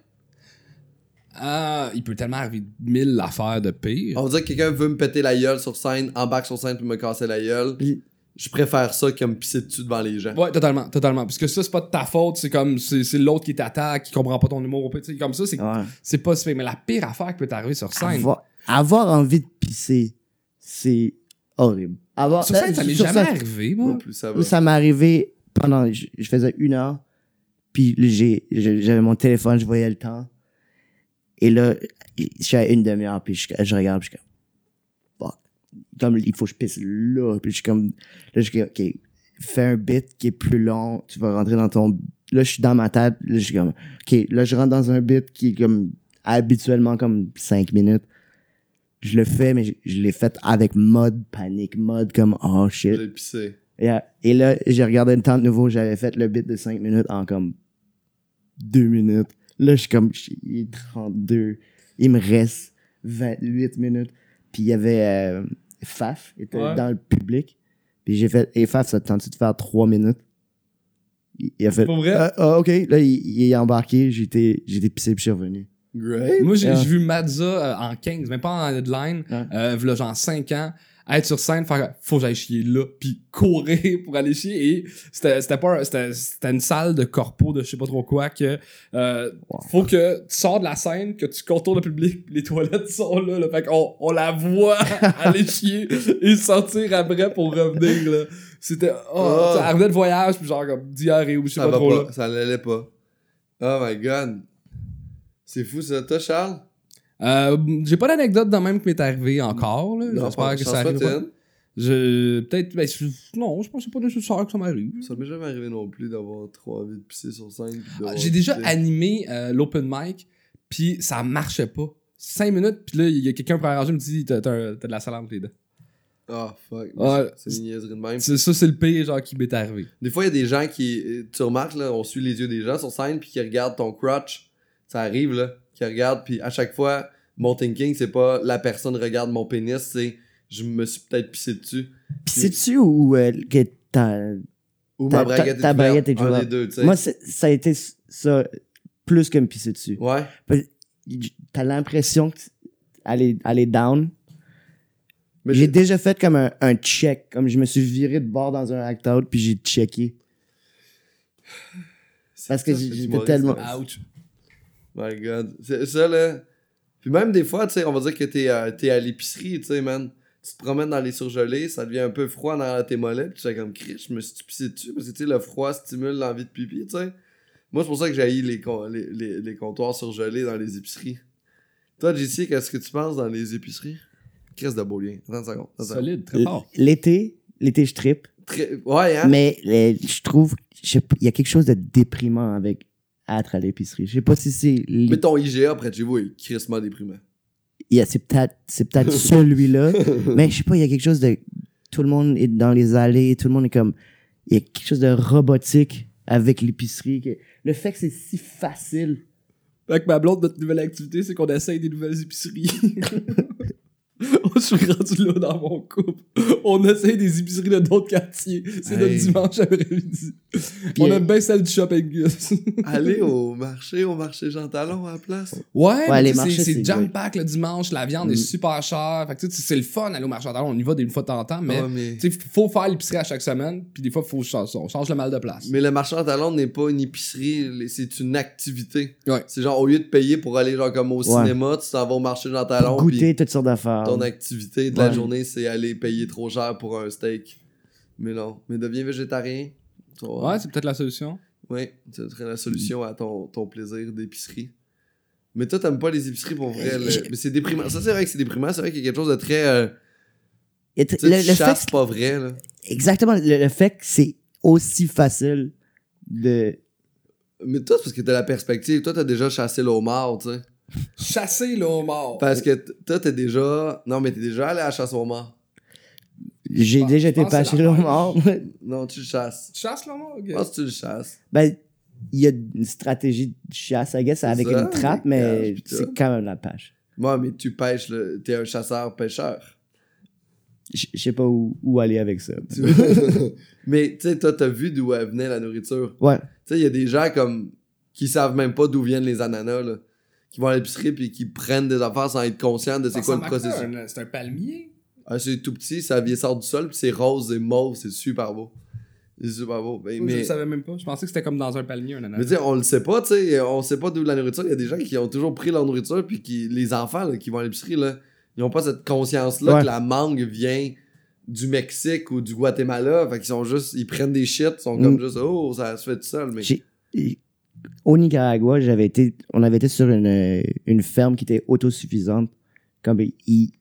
Ah, il peut tellement arriver mille affaires de pire.
Ah.
On va dire que quelqu'un veut me péter la gueule sur scène, embarque sur scène pour me casser la gueule.
Puis-
Je préfère ça que me pisser dessus devant les gens.
Ouais, totalement, totalement. Parce que ça, c'est pas de ta faute, c'est comme, c'est c'est l'autre qui t'attaque, qui comprend pas ton humour, au pire, tu sais, comme ça, c'est
Ouais.
c'est pas fait. Mais la pire affaire qui peut t'arriver sur scène.
Avoir, avoir envie de pisser, c'est horrible. Avoir, Euh,
Sur scène, ça m'est
ah, sur
jamais
scène,
arrivé,
Non
moi.
plus, ça va.
ça, m'est arrivé pendant, je, je faisais une heure, puis j'ai, j'ai- j'avais mon téléphone, je voyais le temps. Et là, je suis à une demi-heure, puis je, je regarde, puis je suis comme, fuck. Comme, il faut que je pisse là, puis je suis comme, là, je suis comme, ok, fais un bit qui est plus long, tu vas rentrer dans ton, là, je suis dans ma tête, là, je suis comme, ok, là, je rentre dans un bit qui est comme, habituellement, comme 5 minutes. Je le fais, mais je, je l'ai fait avec mode panique, mode comme, oh shit.
J'ai pissé.
Yeah. Et là, j'ai regardé le temps de nouveau. J'avais fait le bit de 5 minutes en comme 2 minutes. Là, je suis comme, je- il est 32. Il me reste 28 minutes. Puis il y avait euh, Faf, il était
Ouais.
dans le public. Puis j'ai fait, et Faf, ça te tente de faire 3 minutes? Il, il a fait,
Pour vrai?
ah, ah, ok. Là, il, il est embarqué. J'étais j'étais pissé puis je suis revenu. Ah.
Great.
Moi, j'ai
Yeah.
j'ai vu Madza euh, en 15, même pas en headline,
Ouais.
euh, v'là genre 5 ans, être sur scène, faire « Faut que j'aille chier là », puis courir pour aller chier. Et c'était c'était pas... un- C'était c'était une salle de corpo de je sais pas trop quoi que... euh,
Wow.
Faut que tu sors de la scène, que tu contournes le public, puis les toilettes sont là, là. Fait qu'on on la voit aller chier et sortir après pour revenir, là. C'était... Oh,
Oh.
Ça arrivait de voyage, puis genre comme diarrhée ou je sais
Ça
pas
va
trop, là.
pas. Ça l'allait pas. Oh my god. C'est fou ça. Toi, Charles?
Euh, j'ai pas d'anecdote de même qui m'est arrivé encore. là. J'espère que
je
ça
pense
arrive.
pas
pas. Je. Peut-être. ben, je- non, je pense que c'est pas des choses chères que ça m'arrive.
Ça m'est jamais arrivé non plus d'avoir trop envie de pisser sur scène. puis
Ah,
d'avoir
J'ai déjà
pissé.
animé euh, l'open mic, puis ça marchait pas. Cinq minutes, puis là, il y a quelqu'un pour arranger, me dit T'as t'as un- t'as de la salade entre les dents.
Ah, fuck.
Ouais.
C'est une niaiserie de même.
C'est- Ça, c'est le pire, genre, qui m'est arrivé.
Des fois, il y a des gens qui. eh, Tu remarques, là, on suit les yeux des gens sur scène, puis qui regardent ton crotch. Ça arrive, là. Qui regardent, puis à chaque fois, mon thinking, c'est pas la personne regarde mon pénis, c'est je me suis peut-être pissé dessus.
Pis sais-tu où euh, que t'as-
Ou
Ta-
ma
ta-
braguette est
ta braguette est
ouverte. Un
ouverte.
des deux, tu sais.
Moi, c'est- ça a été s- ça plus que me pisser dessus.
Ouais.
T'as l'impression que t- elle est, elle est down.
Mais
j'ai
j'ai.
déjà fait comme un, un check. Comme je me suis viré de bord dans un act-out, puis j'ai checké. parce que
ça,
j'ai-
c'est
j'ai
humoriste,
tellement-
ça.
Ouch.
My God. C'est ça, là. Puis même des fois, tu sais, on va dire que t'es euh, t'es à l'épicerie, tu sais, man. Tu te promènes dans les surgelés, ça devient un peu froid dans tes mollets, puis tu fais comme Chris, je me suis pissé dessus, parce que, tu sais, le froid stimule l'envie de pipi, tu sais. Moi, c'est pour ça que j'ai les, con- les, les, les comptoirs surgelés dans les épiceries. Toi, JC, qu'est-ce que tu penses dans les épiceries? Chris de beau lien. Attends une seconde. attends une seconde.
Solide, très fort.
L'été, l'été, je trippe.
Très- Ouais, hein?
Mais les- je trouve, je sais pas, il y a quelque chose de déprimant avec être à l'épicerie. Je sais pas si c'est. l'é-
Mais ton IGA près de chez vous est crissement déprimant.
il y a- C'est peut-être c'est peut-être celui-là. Mais je sais pas, il y a quelque chose de. Tout le monde est dans les allées, tout le monde est comme. Il y a quelque chose de robotique avec l'épicerie. que- Le fait que c'est si facile.
Fait que ma blonde, notre nouvelle activité, c'est qu'on essaye des nouvelles épiceries. Je suis rendu là dans mon couple. On essaye des épiceries de d'autres quartiers. C'est notre
Hey.
dimanche après-midi.
Puis,
On
euh,
aime bien celle du Shop Angus.
Aller au marché, au marché Jean Talon à la place.
Ouais, mais
les
tu sais,
marchés,
c'est- c'est
c'est
jam pack le dimanche, la viande est
Mm.
super chère. Fait que tu sais, c'est le fun aller au marché en talons, on y va d'une fois de temps en temps, mais
Ouais, Ah, mais...
tu sais, faut faire l'épicerie à chaque semaine, puis des fois faut changer, on change le mal de place.
Mais le marchand à talons n'est pas une épicerie, les- c'est une activité.
Ouais.
C'est genre, au lieu de payer pour aller genre comme au
Ouais.
cinéma, tu t'en vas au marché dans
pour
talons.
goûter toutes sortes d'affaires.
Ton activité de la
Ouais.
journée, c'est aller payer trop cher pour un steak. Mais non. Mais deviens végétarien. Tu vas-
Ouais, c'est peut-être la solution.
Ouais, ce serait la solution à ton, ton plaisir d'épicerie. Mais toi, t'aimes pas les épiceries pour vrai. le- Mais c'est déprimant. Ça, c'est vrai que c'est déprimant. C'est vrai qu'il y a quelque chose de très. euh,
Et t-
Tu sais,
le,
tu
le fait
chasses pas vrai, là.
exactement le, le fait que c'est aussi facile de
Mais toi, c'est parce que t'as la perspective. Toi, t'as déjà chassé l'homard, tu sais.
Chasser le homard.
Parce que t- toi, t'es déjà. Non, mais t'es déjà allé à la chasse au mort.
j'ai
Je pense-
déjà
je
été
pense que c'est
pâché
la
le
même.
mort.
Non, tu le chasses.
Tu chasses le homard,
Je pense que tu le chasses.
ben il y a une stratégie de chasse, I guess, avec
ça,
une trappe,
des
mais
cages, pis
c'est
tout.
quand même la pêche.
Moi, mais tu pêches, le... t'es un chasseur-pêcheur.
Je je sais pas où, où aller avec ça.
Tu- mais tu sais, toi, t'as vu d'où elle venait la nourriture.
Ouais.
Tu sais, il y a des gens comme. qui savent même pas d'où viennent les ananas, là. Qui vont à l'épicerie puis qui prennent des affaires sans être conscients
Ah,
de c'est quoi le processus.
C'est un palmier.
Ah, c'est tout petit, ça vient sort du sol puis c'est rose et mauve, c'est super beau. C'est super beau. Ben,
Je le
mais.
savais même pas. Je pensais que c'était comme dans un palmier, un
Mais
ananas.
tu sais, on le sait pas, tu sais, on sait pas d'où la nourriture. Il y a des gens qui ont toujours pris leur nourriture, puis qui, les enfants là, qui vont à l'épicerie, là, ils ont pas cette conscience-là
Ouais.
que la mangue vient du Mexique ou du Guatemala. Fait qu'ils sont juste, ils prennent des shit, ils sont
Mm.
comme juste, oh, ça se fait tout seul. Mais
J'ai- Et Au Nicaragua, j'avais été, on avait été sur une, euh, une ferme qui était autosuffisante. Comme ils,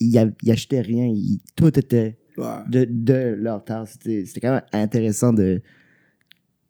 ils, a- ils achetaient rien, ils- tout était
Ouais.
de, de leur terre. C'était c'était quand même intéressant de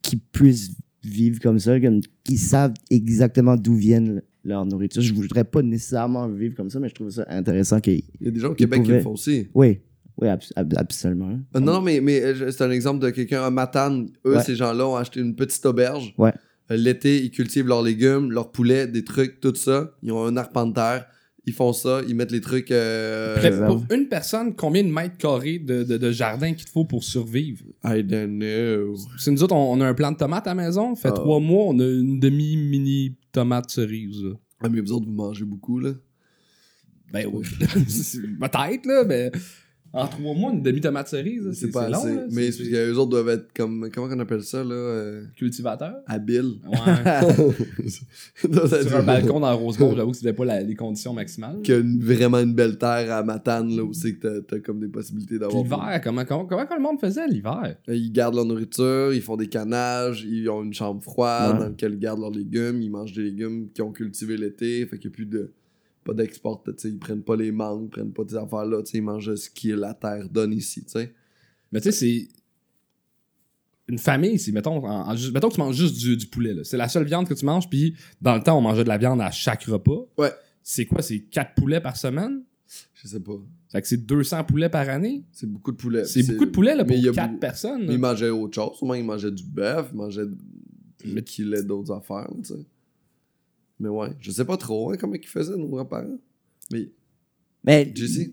qu'ils puissent vivre comme ça, comme qu'ils savent exactement d'où viennent leur nourriture. Je voudrais pas nécessairement vivre comme ça, mais je trouve ça intéressant que
il y a des gens au Québec qui le
pouvaient.
font aussi.
oui, oui, abs- ab- absolument.
Euh, non, non, mais, mais euh, je- c'est un exemple de quelqu'un à Matane. Eux,
Ouais.
ces gens-là ont acheté une petite auberge.
Ouais.
Euh, L'été, ils cultivent leurs légumes, leurs poulets, des trucs, tout ça. Ils ont un arpentaire. Ils font ça, ils mettent les trucs. euh,
Fait que
Euh,
pour une personne, combien de mètres carrés de, de- de jardin qu'il te faut pour survivre?
I don't know.
C'est nous autres, on, on a un plant de tomates à la maison. Fait
Ah.
trois mois, on a une demi-mini tomate cerise. là.
Ah, mais vous autres, vous mangez beaucoup, là.
Ben oui. Peut-être, là, mais En trois mois, une demi-tomate cerise, là,
C'est pas
long,
assez.
là.
mais
C'est-
c'est parce que eux autres doivent être comme. Comment on appelle ça, là euh,
Cultivateur.
Habiles.
Ouais.
Ils doivent être-
Sur un balcon dans Rosemont, j'avoue que c'était pas la- les conditions maximales.
Qu'il y a une- vraiment une belle terre à Matane, là, où c'est que t'as- t'as comme des possibilités
Puis
d'avoir.
L'hiver, comment, comment, comment que le monde faisait l'hiver?
Ils gardent leur nourriture, ils font des canages, ils ont une chambre froide
Ouais.
dans laquelle ils gardent leurs légumes, ils mangent des légumes qu'ils ont cultivés l'été, fait qu'il n'y a plus de. Pas d'export, tu sais, ils prennent pas les mangues, ils prennent pas des affaires là, tu sais, ils mangent ce que la terre donne ici, tu sais.
Mais tu sais, c'est. Une famille, c'est, mettons, en- en ju- mettons que tu manges juste du, du poulet, là. C'est la seule viande que tu manges, puis dans le temps, on mangeait de la viande à chaque repas.
Ouais.
C'est quoi? C'est 4 poulets par semaine?
Je sais pas.
Ça fait que c'est 200 poulets par année?
Euh, C'est beaucoup de poulet.
C'est beaucoup de poulets, là,
mais
pour
il y a
4
beaucoup-
personnes. là.
Ils mangeaient autre chose, au moins ils mangeaient du bœuf, ils mangeaient
Mm.
de... qu'il ait d'autres affaires, là, tu sais. Mais ouais, je sais pas trop hein, comment ils faisaient nos grands-parents. Mais
Mais
Juicy.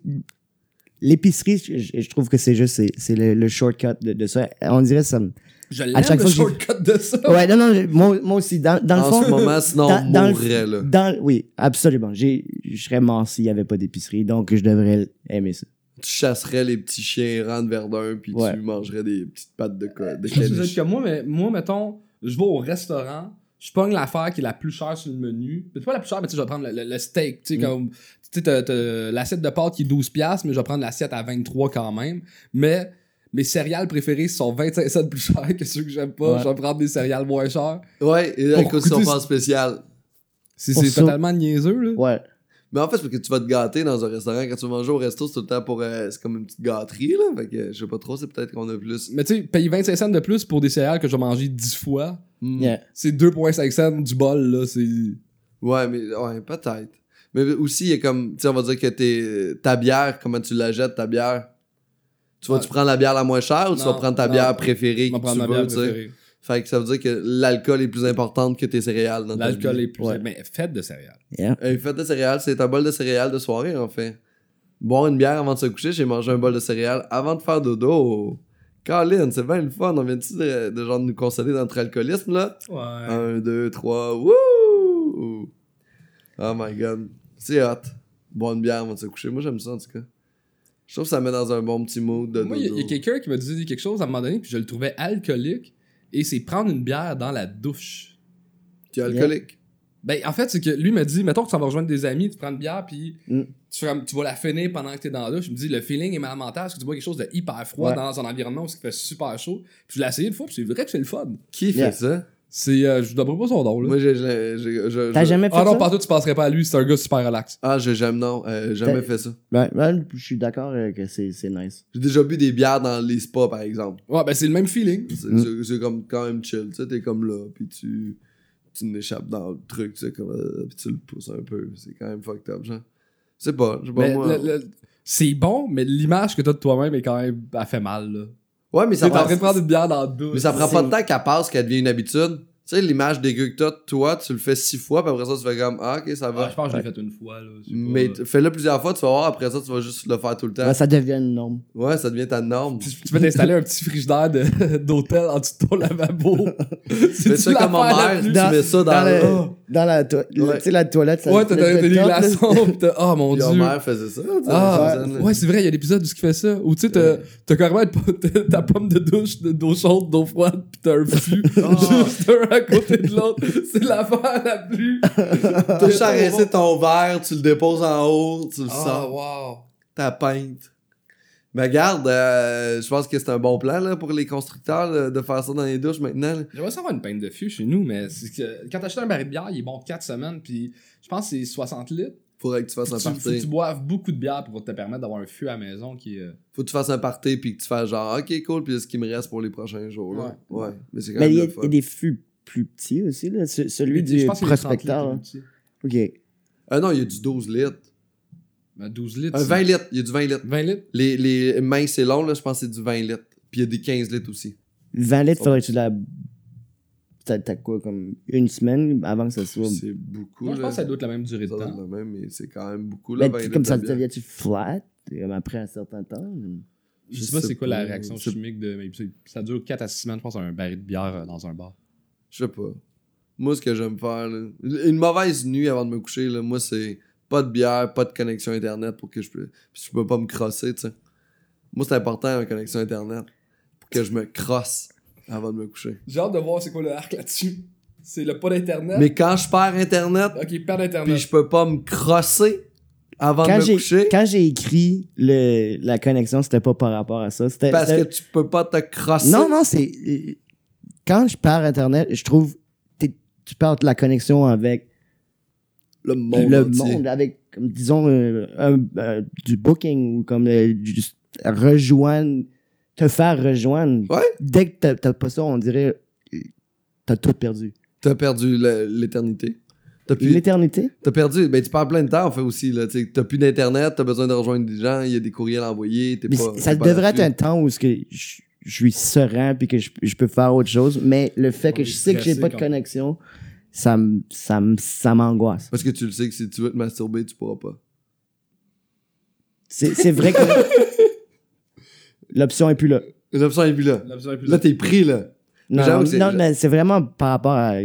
l'épicerie, je, je- je trouve que c'est juste, c'est- c'est le, le shortcut de, de ça. On dirait ça. me-
Je l'aime,
chaque
le
fois que j'ai-
shortcut de ça.
Ouais, non, non, je- moi, moi aussi, dans, dans le
en
fond.
ce moment, sinon on
dans- dans le-
mourrait, là.
Dans, oui, absolument. J'ai- Je serais mort s'il n'y avait pas d'épicerie, donc je devrais aimer ça.
tu chasserais les petits chiens errants de Verdun, puis
Ouais.
tu mangerais des petites pattes de, co- de
Je sais pas si vous
caniche.
êtes comme moi, mais moi, mettons, je vais au restaurant, je pogne l'affaire qui est la plus chère sur le menu. C'est pas la plus chère, mais tu sais, je vais prendre le, le- le steak. Tu sais,
Mm.
comme, tu sais, t'as- t'as l'assiette de pâtes qui est 12$, piastres, mais je vais prendre l'assiette à 23$ quand même. Mais mes céréales préférées sont 25 cents plus chères que ceux que j'aime pas.
Ouais.
Je vais prendre des céréales moins chères.
Ouais, et
Pour
la caution
goûter-
pas spéciale.
C'est
Pour
c'est
ça-
totalement niaiseux, là.
Ouais.
Mais en fait, c'est parce que tu vas te gâter dans un restaurant. Quand tu vas manger au resto, c'est tout le temps pour. euh, c'est comme une petite gâterie, là. Fait que euh, je sais pas trop, c'est peut-être qu'on a plus.
Mais tu sais, payer 25 cents de plus pour des céréales que je vais manger 10 fois,
Hmm.
Yeah.
c'est 2,5 cents du bol, là. C'est.
Ouais, mais ouais, peut-être. Mais aussi, il y a comme. Tu sais, on va dire que t'es, ta bière, comment tu la jettes, ta bière. Tu vas-tu
Ouais.
prendre la bière la moins chère ou tu
Non,
vas prendre ta
non.
bière préférée
Je
que
vais
tu
prendre ma
veux,
bière
tu sais?
préférée.
Fait que ça veut dire que l'alcool est plus important que tes céréales dans ta vie.
L'alcool est plus.
Ouais.
Mais faites de céréales.
Une fête de céréales, c'est un bol de céréales de soirée, en fait. Boire une bière avant de se coucher, j'ai mangé un bol de céréales avant de faire dodo. Colin, c'est bien le fun. On vient-tu de, de genre nous consoler dans notre alcoolisme, là?
Ouais.
Un, deux, trois, wouh! Oh my god. C'est hot. Boire une bière avant de se coucher. Moi, j'aime ça, en tout cas. Je trouve que ça met dans un bon petit mood de
Moi, il y a-
dodo.
il y a, quelqu'un qui m'a dit quelque chose à un moment donné, puis je le trouvais alcoolique, et c'est prendre une bière dans la douche.
Tu es alcoolique.
Ben, en fait, c'est que lui m'a dit, mettons que tu vas rejoindre des amis, tu prends une bière, puis
Mm.
tu, vas- tu vas la finir pendant que t'es dans la douche. Il me dit, le feeling est lamentable parce que tu bois quelque chose de hyper froid
Ouais.
dans un environnement où il fait super chaud. Puis je l'ai essayé une fois, puis c'est vrai que c'est le fun.
Qui fait
Yeah.
ça?
C'est, euh, je vous donnerai pas son nom, là.
Moi, j'ai. j'ai- j'ai- je-
T'as
je-
jamais fait
ah non,
ça?
partout, tu passerais pas à lui, c'est un gars super relax.
Ah, j'ai jamais. Non, euh, jamais
T'as-
fait ça.
Ben, ben, je suis d'accord euh, que c'est c'est nice.
J'ai déjà bu des bières dans les spas, par exemple.
Ouais, ben c'est le même feeling.
C'est
Mm.
c'est- c'est comme quand même chill, tu sais, t'es comme là, puis tu, tu n'échappes dans le truc, tu sais, comme, euh, puis tu le pousses un peu, c'est quand même fucked up, genre. Je sais pas, je sais pas,
Mais
moi.
le- le- c'est bon, mais l'image que t'as de toi-même est quand même, elle fait mal, là.
Ouais, mais
T'es
ça,
en train
prend,
de prendre une bière dans la douche.
mais ça prend pas de
C'est-
temps qu'elle passe, qu'elle devient une habitude. Tu sais, l'image dégueu que t'as, de toi, tu le fais six fois, puis après ça, tu fais comme, ah, ok, ça va.
Ouais, je pense que je l'ai fait une fois, là. je sais pas.
mais t- fais-le plusieurs fois, tu vas voir, après ça, tu vas juste le faire tout le temps.
Ben, ça devient une norme.
Ouais, ça devient ta norme.
Tu tu peux t'installer un petit frigidaire de- d'hôtel en dessous de ton lavabo. C'est
Fais ça comme ma mère, tu
Dans-
mets ça dans,
dans
le...
le- Dans la, toi- le-
Ouais.
tu sais, la toilette, ça
Ouais, t'as
le- le
t'as des
top, là,
glaçons, pis t'as. Oh mon
Puis
dieu.
Homer faisait ça. tu sais,
Ah,
dans la
ouais,
Simpson, là.
c'est vrai, il y a l'épisode où ce qui fait ça. Où tu sais, t'as
Ouais.
t'as carrément une po- t'as ta pomme de douche, de- d'eau chaude, d'eau froide, pis t'as un flux
Ah.
juste un à côté de l'autre. C'est l'affaire la plus.
T'as juste à rester ton verre, tu le déposes en haut, tu le
Ah,
sors,
wow.
ta peinte. Mais regarde, euh, je pense que c'est un bon plan là, pour les constructeurs là, de faire ça dans les douches maintenant. là.
J'aimerais savoir une pinte de fût chez nous, mais c'est que quand t'achètes un baril de bière, il est bon 4 semaines, puis je pense que c'est 60 litres.
Faudrait que tu fasses
Faut
un
que tu, faut que tu
party.
boives beaucoup de bière pour te permettre d'avoir un fût à la maison qui est. euh,
Faut que tu fasses un party puis que tu fasses genre, ok, cool, puis ce qui me reste pour les prochains jours. Là. Ouais. Mais c'est quand
Mais Ben,
même
il y, a-
le fun.
il y a des fûts plus petits aussi, là. Ce- celui
Je
du
pense qu'il est 30
prospecteur.
litres,
là.
lui, tu sais.
Ok.
Ah non, il y a du 12 litres.
Ben, 12 litres.
Un
c'est-
20 litres, il y a du 20 litres.
20 litres.
Les, les mains, c'est long, là, je pense que c'est du 20 litres. Puis il y a des 15 litres aussi.
20 litres, faudrait que tu la. T'as t'as quoi, comme une semaine avant que ça soit.
C'est beaucoup.
Moi, je
là.
pense que ça doit être la même durée de
Ça doit être
temps.
le même, mais c'est quand même beaucoup. Là,
Ben,
20 litres
comme
de
ça,
bière.
devient-tu flat comme après un certain temps? ou-
Je sais pas
Je
c'est
sais
quoi la
pas.
réaction
Je-
chimique de. mais c'est- Ça dure 4 à 6 semaines, je pense, un baril de bière euh, dans un bar.
Je sais pas. Moi, ce que j'aime faire, là, une mauvaise nuit avant de me coucher, là, moi, c'est pas de bière, pas de connexion Internet pour que je puisse. Puis je peux pas me crosser, tu sais. Moi, c'est important la connexion Internet pour que je me crosse avant de me coucher.
J'ai hâte de voir c'est quoi le arc là-dessus. C'est le pas d'internet.
Mais quand je perds Internet,
Ok, pas d'internet.
puis je peux pas me crosser avant
Quand
de me
j'ai,
coucher,
quand j'ai écrit le, la connexion, c'était pas par rapport à ça. C'était,
parce que
c'était-
tu peux pas te crosser.
Non, non, c'est. euh, Quand je pars Internet, je trouve. t'es- Tu perds la connexion avec
Le monde
le
entier.
monde, avec, comme, disons, euh, un- euh, du booking ou comme euh, du- rejoindre, te faire rejoindre.
Ouais.
Dès que t'as- t'as pas ça, on dirait. euh, T'as tout perdu.
T'as perdu le- l'éternité. T'as plus-
L'éternité?
T'as perdu, ben tu perds plein de temps en fait aussi. Là, t'sais, t'as plus d'internet, t'as besoin de rejoindre des gens, il y a des courriels envoyés, t'es
Mais
pas.
ça
t'es pas
devrait être
là-dessus.
un temps où ce que je, je suis serein puis que je, je peux faire autre chose, mais le fait
On
que je
est
sais que j'ai
stressé
pas de
quand même.
connexion, ça me- ça me- ça m'angoisse.
Parce que tu le sais que si tu veux te masturber, tu pourras pas.
C'est c'est vrai que l'option est plus là.
L'option est plus là.
L'option est plus
Là, t'es pris là.
Non,
J'avoue
non,
que c'est-
non, mais c'est vraiment par rapport à,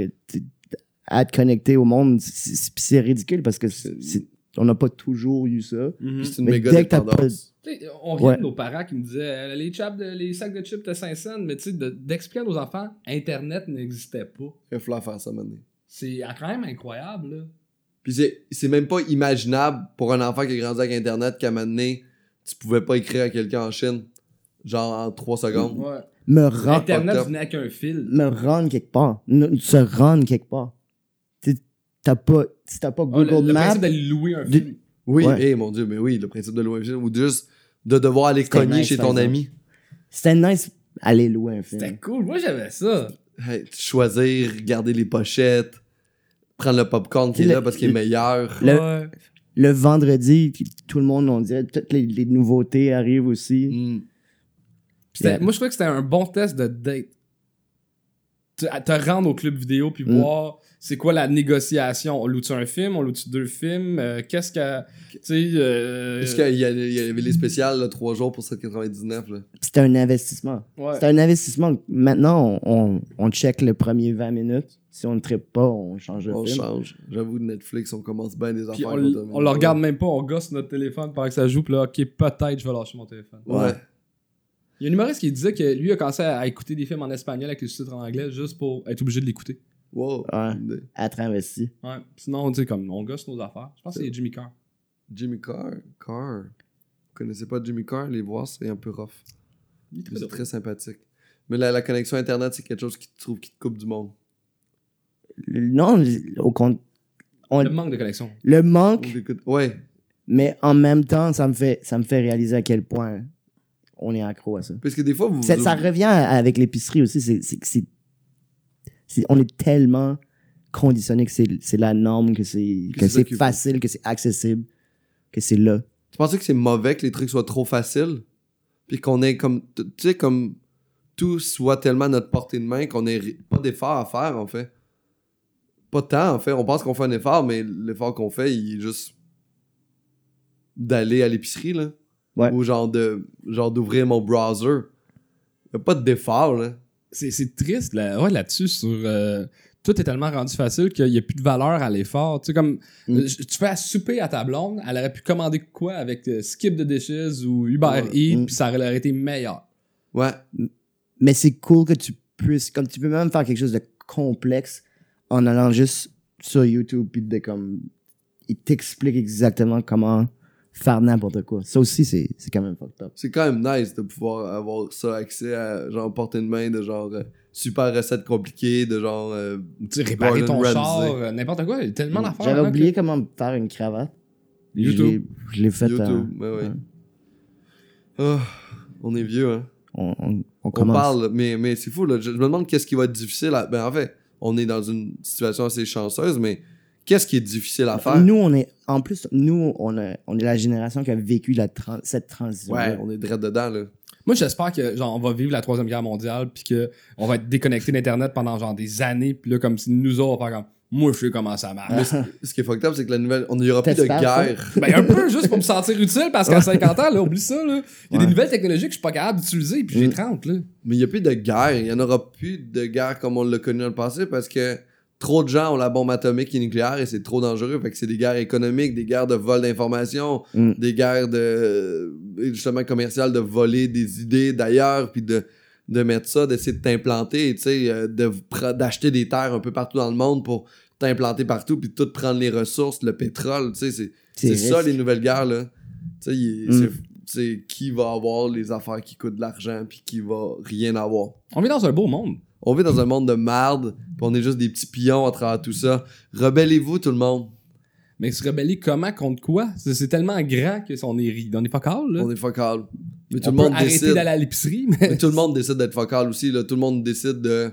à te connecter au monde. C'est- C'est puis c'est ridicule parce que c'est- c'est- on n'a pas toujours eu ça.
Mhm.
Puis C'est une
Mais
méga
dès que t'as pas.
dépendance.
Tu sais, on
Ouais.
regarde nos parents qui nous disaient euh, les, chaps de- les sacs de chips de 5 cents, mais tu sais, de- d'expliquer à nos enfants, Internet n'existait pas.
Il va falloir faire ça maintenant.
C'est ah, quand même incroyable, là.
Puis c'est- c'est même pas imaginable pour un enfant qui a grandi avec Internet qu'à un moment donné, tu pouvais pas écrire à quelqu'un en Chine, genre en 3 secondes.
Ouais.
Me, rend-
Internet
fucked up.
venait avec un fil.
me rendre quelque part. Ne- Se rendre quelque part. Tu- T'as pas. Si t'as pas
Ah, le-
Google
le,
Maps.
principe d'aller louer un
Du-
film.
Oui,
Ouais.
eh, mon dieu, mais oui, le principe de l'OMG, ou juste de devoir aller
C'était
cogner
nice,
chez
par
ton
exemple.
ami.
C'était nice aller louer un
C'était
film.
cool. Moi, j'avais ça.
Hey, tu choisir, garder les pochettes, prendre le popcorn qui est
Le-
là parce qu'il est meilleur.
Le-
Ouais.
Le vendredi, puis tout le monde, on dirait, toutes les, les nouveautés arrivent aussi.
Mm.
C'était-
Yeah.
Moi, je trouvais que c'était un bon test de date. Te, à te rendre au club vidéo puis
Mm.
voir c'est quoi la négociation. On loue-tu un film, on loue-tu deux films, euh, qu'est-ce que. Tu sais. euh,
Parce qu'il y, a- il y avait les spéciales, là, 3 jours pour 7,99. là.
C'était un investissement.
ouais.
C'est un investissement. Maintenant, on, on, on check le premier 20 minutes. Si on ne tripe pas, on change de
On
film.
Oh, change. J'avoue, Netflix, on commence bien des
Puis
affaires.
on,
qu'on
l-
termine
on le
pas.
regarde même pas, on gosse notre téléphone pendant que ça joue, puis là, ok, peut-être je vais lâcher mon téléphone.
Ouais.
Il y a un humoriste qui disait que lui a commencé à à écouter des films en espagnol avec les sous-titres en anglais juste pour être obligé de l'écouter.
Wow.
Ouais. À être investi.
Ouais. Sinon, tu sais, comme on gosse nos affaires. Je pense que c'est Jimmy Carr.
Jimmy Carr. Carr. Vous connaissez pas Jimmy Carr? Les voir, c'est un peu rough.
Il est très
Mais C'est
drôle.
très sympathique. Mais la, la connexion Internet, c'est quelque chose qui te trouve qui te coupe du monde.
Le- Non, au compte. on-
Le manque de connexion.
le manque,
On t'écoute- Ouais.
mais en même temps, ça me fait, ça me fait réaliser à quel point on est accro à ça.
Parce que des fois, vous.
Ça, ça revient à- avec l'épicerie aussi. c'est c'est- c'est- c'est- on est tellement conditionné que c'est c'est la norme, que c'est
Que
que
c'est ça
c'est
qu'il faut.
facile, que c'est accessible, que c'est là.
Tu pensais que c'est mauvais que les trucs soient trop faciles? Puis qu'on ait comme. Tu sais, comme. Tout soit tellement à notre portée de main qu'on n'ait ri- pas d'effort à faire, en fait. Pas tant, en fait. On pense qu'on fait un effort, mais l'effort qu'on fait, il est juste. d'aller à l'épicerie, là.
Ouais.
Ou genre de genre d'ouvrir mon browser. Y a pas d'effort, là.
C'est c'est triste là, ouais, là-dessus sur euh, tout est tellement rendu facile qu'il n'y a plus de valeur à l'effort. Tu sais, comme
Mm.
euh, tu fais à souper à ta blonde, elle aurait pu commander quoi avec euh, Skip the Dishes ou Uber
Ouais.
Eats,
Mm.
puis ça aurait été meilleur.
Ouais.
mais c'est cool que tu puisses comme tu peux même faire quelque chose de complexe en allant juste sur YouTube puis de comme il t'explique exactement comment faire n'importe quoi ça aussi c'est c'est quand même fucked up
C'est quand même nice de pouvoir avoir ça accès à genre portée de main de genre euh, super recette compliquée, de genre euh,
Tu sais, réparer
Gordon
ton
Ramsay. Mm.
char, euh, n'importe quoi, il y a tellement d'affaires.
j'avais
là,
oublié
que-
comment faire une cravate Je
YouTube.
l'ai- je l'ai faite
YouTube.
hein.
Ouais, ouais.
ouais.
Ah, on est vieux, hein.
on, on, on
On
commence
parle, mais, mais c'est fou, là. Je, je me demande qu'est-ce qui va être difficile à. Ben, en fait, on est dans une situation assez chanceuse, mais qu'est-ce qui est difficile à faire?
nous on est en plus nous on, a- on est la génération qui a vécu la tran- cette transition
Ouais, on est direct dedans, là.
Moi, j'espère que genre on va vivre la troisième guerre mondiale, puis que on va être déconnecté d'internet pendant genre des années, puis là comme si nous autres, par exemple, moi je sais comment ça marche.
Ce qui est fucked up, c'est que la nouvelle. On n'y aura plus de
T'espères ça?
guerre.
Ben, un peu juste pour me sentir utile parce qu'à 50 ans, là, oublie ça, là. Il y a
Ouais.
des nouvelles technologies que je suis pas capable d'utiliser, puis j'ai
Mm.
30, là.
Mais il n'y a plus de guerre. Il n'y en aura plus de guerre comme on l'a connu dans le passé parce que trop de gens ont la bombe atomique et nucléaire et c'est trop dangereux. Fait que c'est des guerres économiques, des guerres de vol d'informations,
Mm.
des guerres de justement commerciales, de voler des idées d'ailleurs, puis de, de mettre ça, d'essayer de t'implanter, tu sais, euh, de pr- d'acheter des terres un peu partout dans le monde pour t'implanter partout, puis tout prendre les ressources, le pétrole, tu sais, c'est c'est ça
risque.
les nouvelles guerres là. Tu sais, il-
Mm.
c'est- c'est qui va avoir les affaires qui coûtent de l'argent puis qui va rien avoir.
On vit dans un beau monde.
On vit dans un monde de marde, puis on est juste des petits pions à travers tout ça. Rebellez-vous, tout le monde.
Mais se rebeller comment contre quoi C'est c'est tellement grand que on est ri- on est pas calme là.
On est focal. Mais tout
On
le
peut
monde
arrêter
décide.
d'aller à l'épicerie, mais
Mais tout le monde décide d'être focal aussi. Là. Tout le monde décide de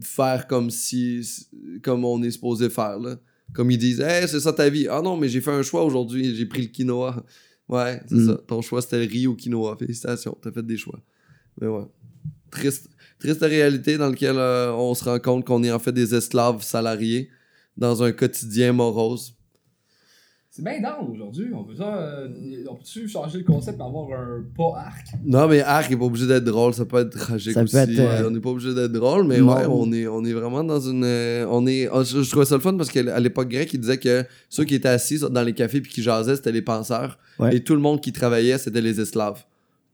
faire comme si, comme on est supposé faire. Là. Comme ils disent, hey, c'est ça ta vie. Ah non, mais j'ai fait un choix aujourd'hui. J'ai pris le quinoa. Ouais, c'est
Mm.
ça. Ton choix, c'était le riz au quinoa. Félicitations, t'as fait des choix. Mais ouais. Triste, triste réalité dans laquelle euh, on se rend compte qu'on est en fait des esclaves salariés dans un quotidien morose.
C'est bien down aujourd'hui. On peut ça, euh, on peut-tu changer le concept pour avoir un pas arc?
Non, mais Arc est pas obligé d'être drôle, ça peut être tragique
Ça peut
aussi.
être, euh,
Ouais, On n'est pas obligé d'être drôle, mais
non.
ouais, on est, on est vraiment dans une. euh, On est, oh, je, je trouvais ça le fun parce qu'à à l'époque grecque, ils disaient que ceux qui étaient assis dans les cafés puis qui jasaient, c'était les penseurs.
Ouais.
Et tout le monde qui travaillait, c'était les esclaves.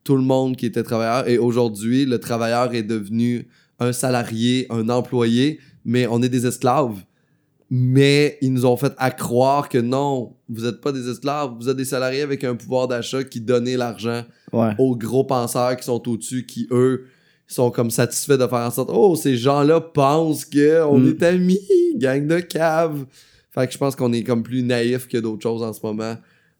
Tout le monde qui était travailleur. Et aujourd'hui, le travailleur est devenu un salarié, un employé, mais on est des esclaves. Mais ils nous ont fait à croire que non, vous n'êtes pas des esclaves, vous êtes des salariés avec un pouvoir d'achat qui donnait l'argent
Ouais.
aux gros penseurs qui sont au-dessus, qui eux sont comme satisfaits de faire en sorte Oh, ces gens-là pensent qu'on
Mm.
est amis, gang de cave. Fait que je pense qu'on est comme plus naïf que d'autres choses en ce moment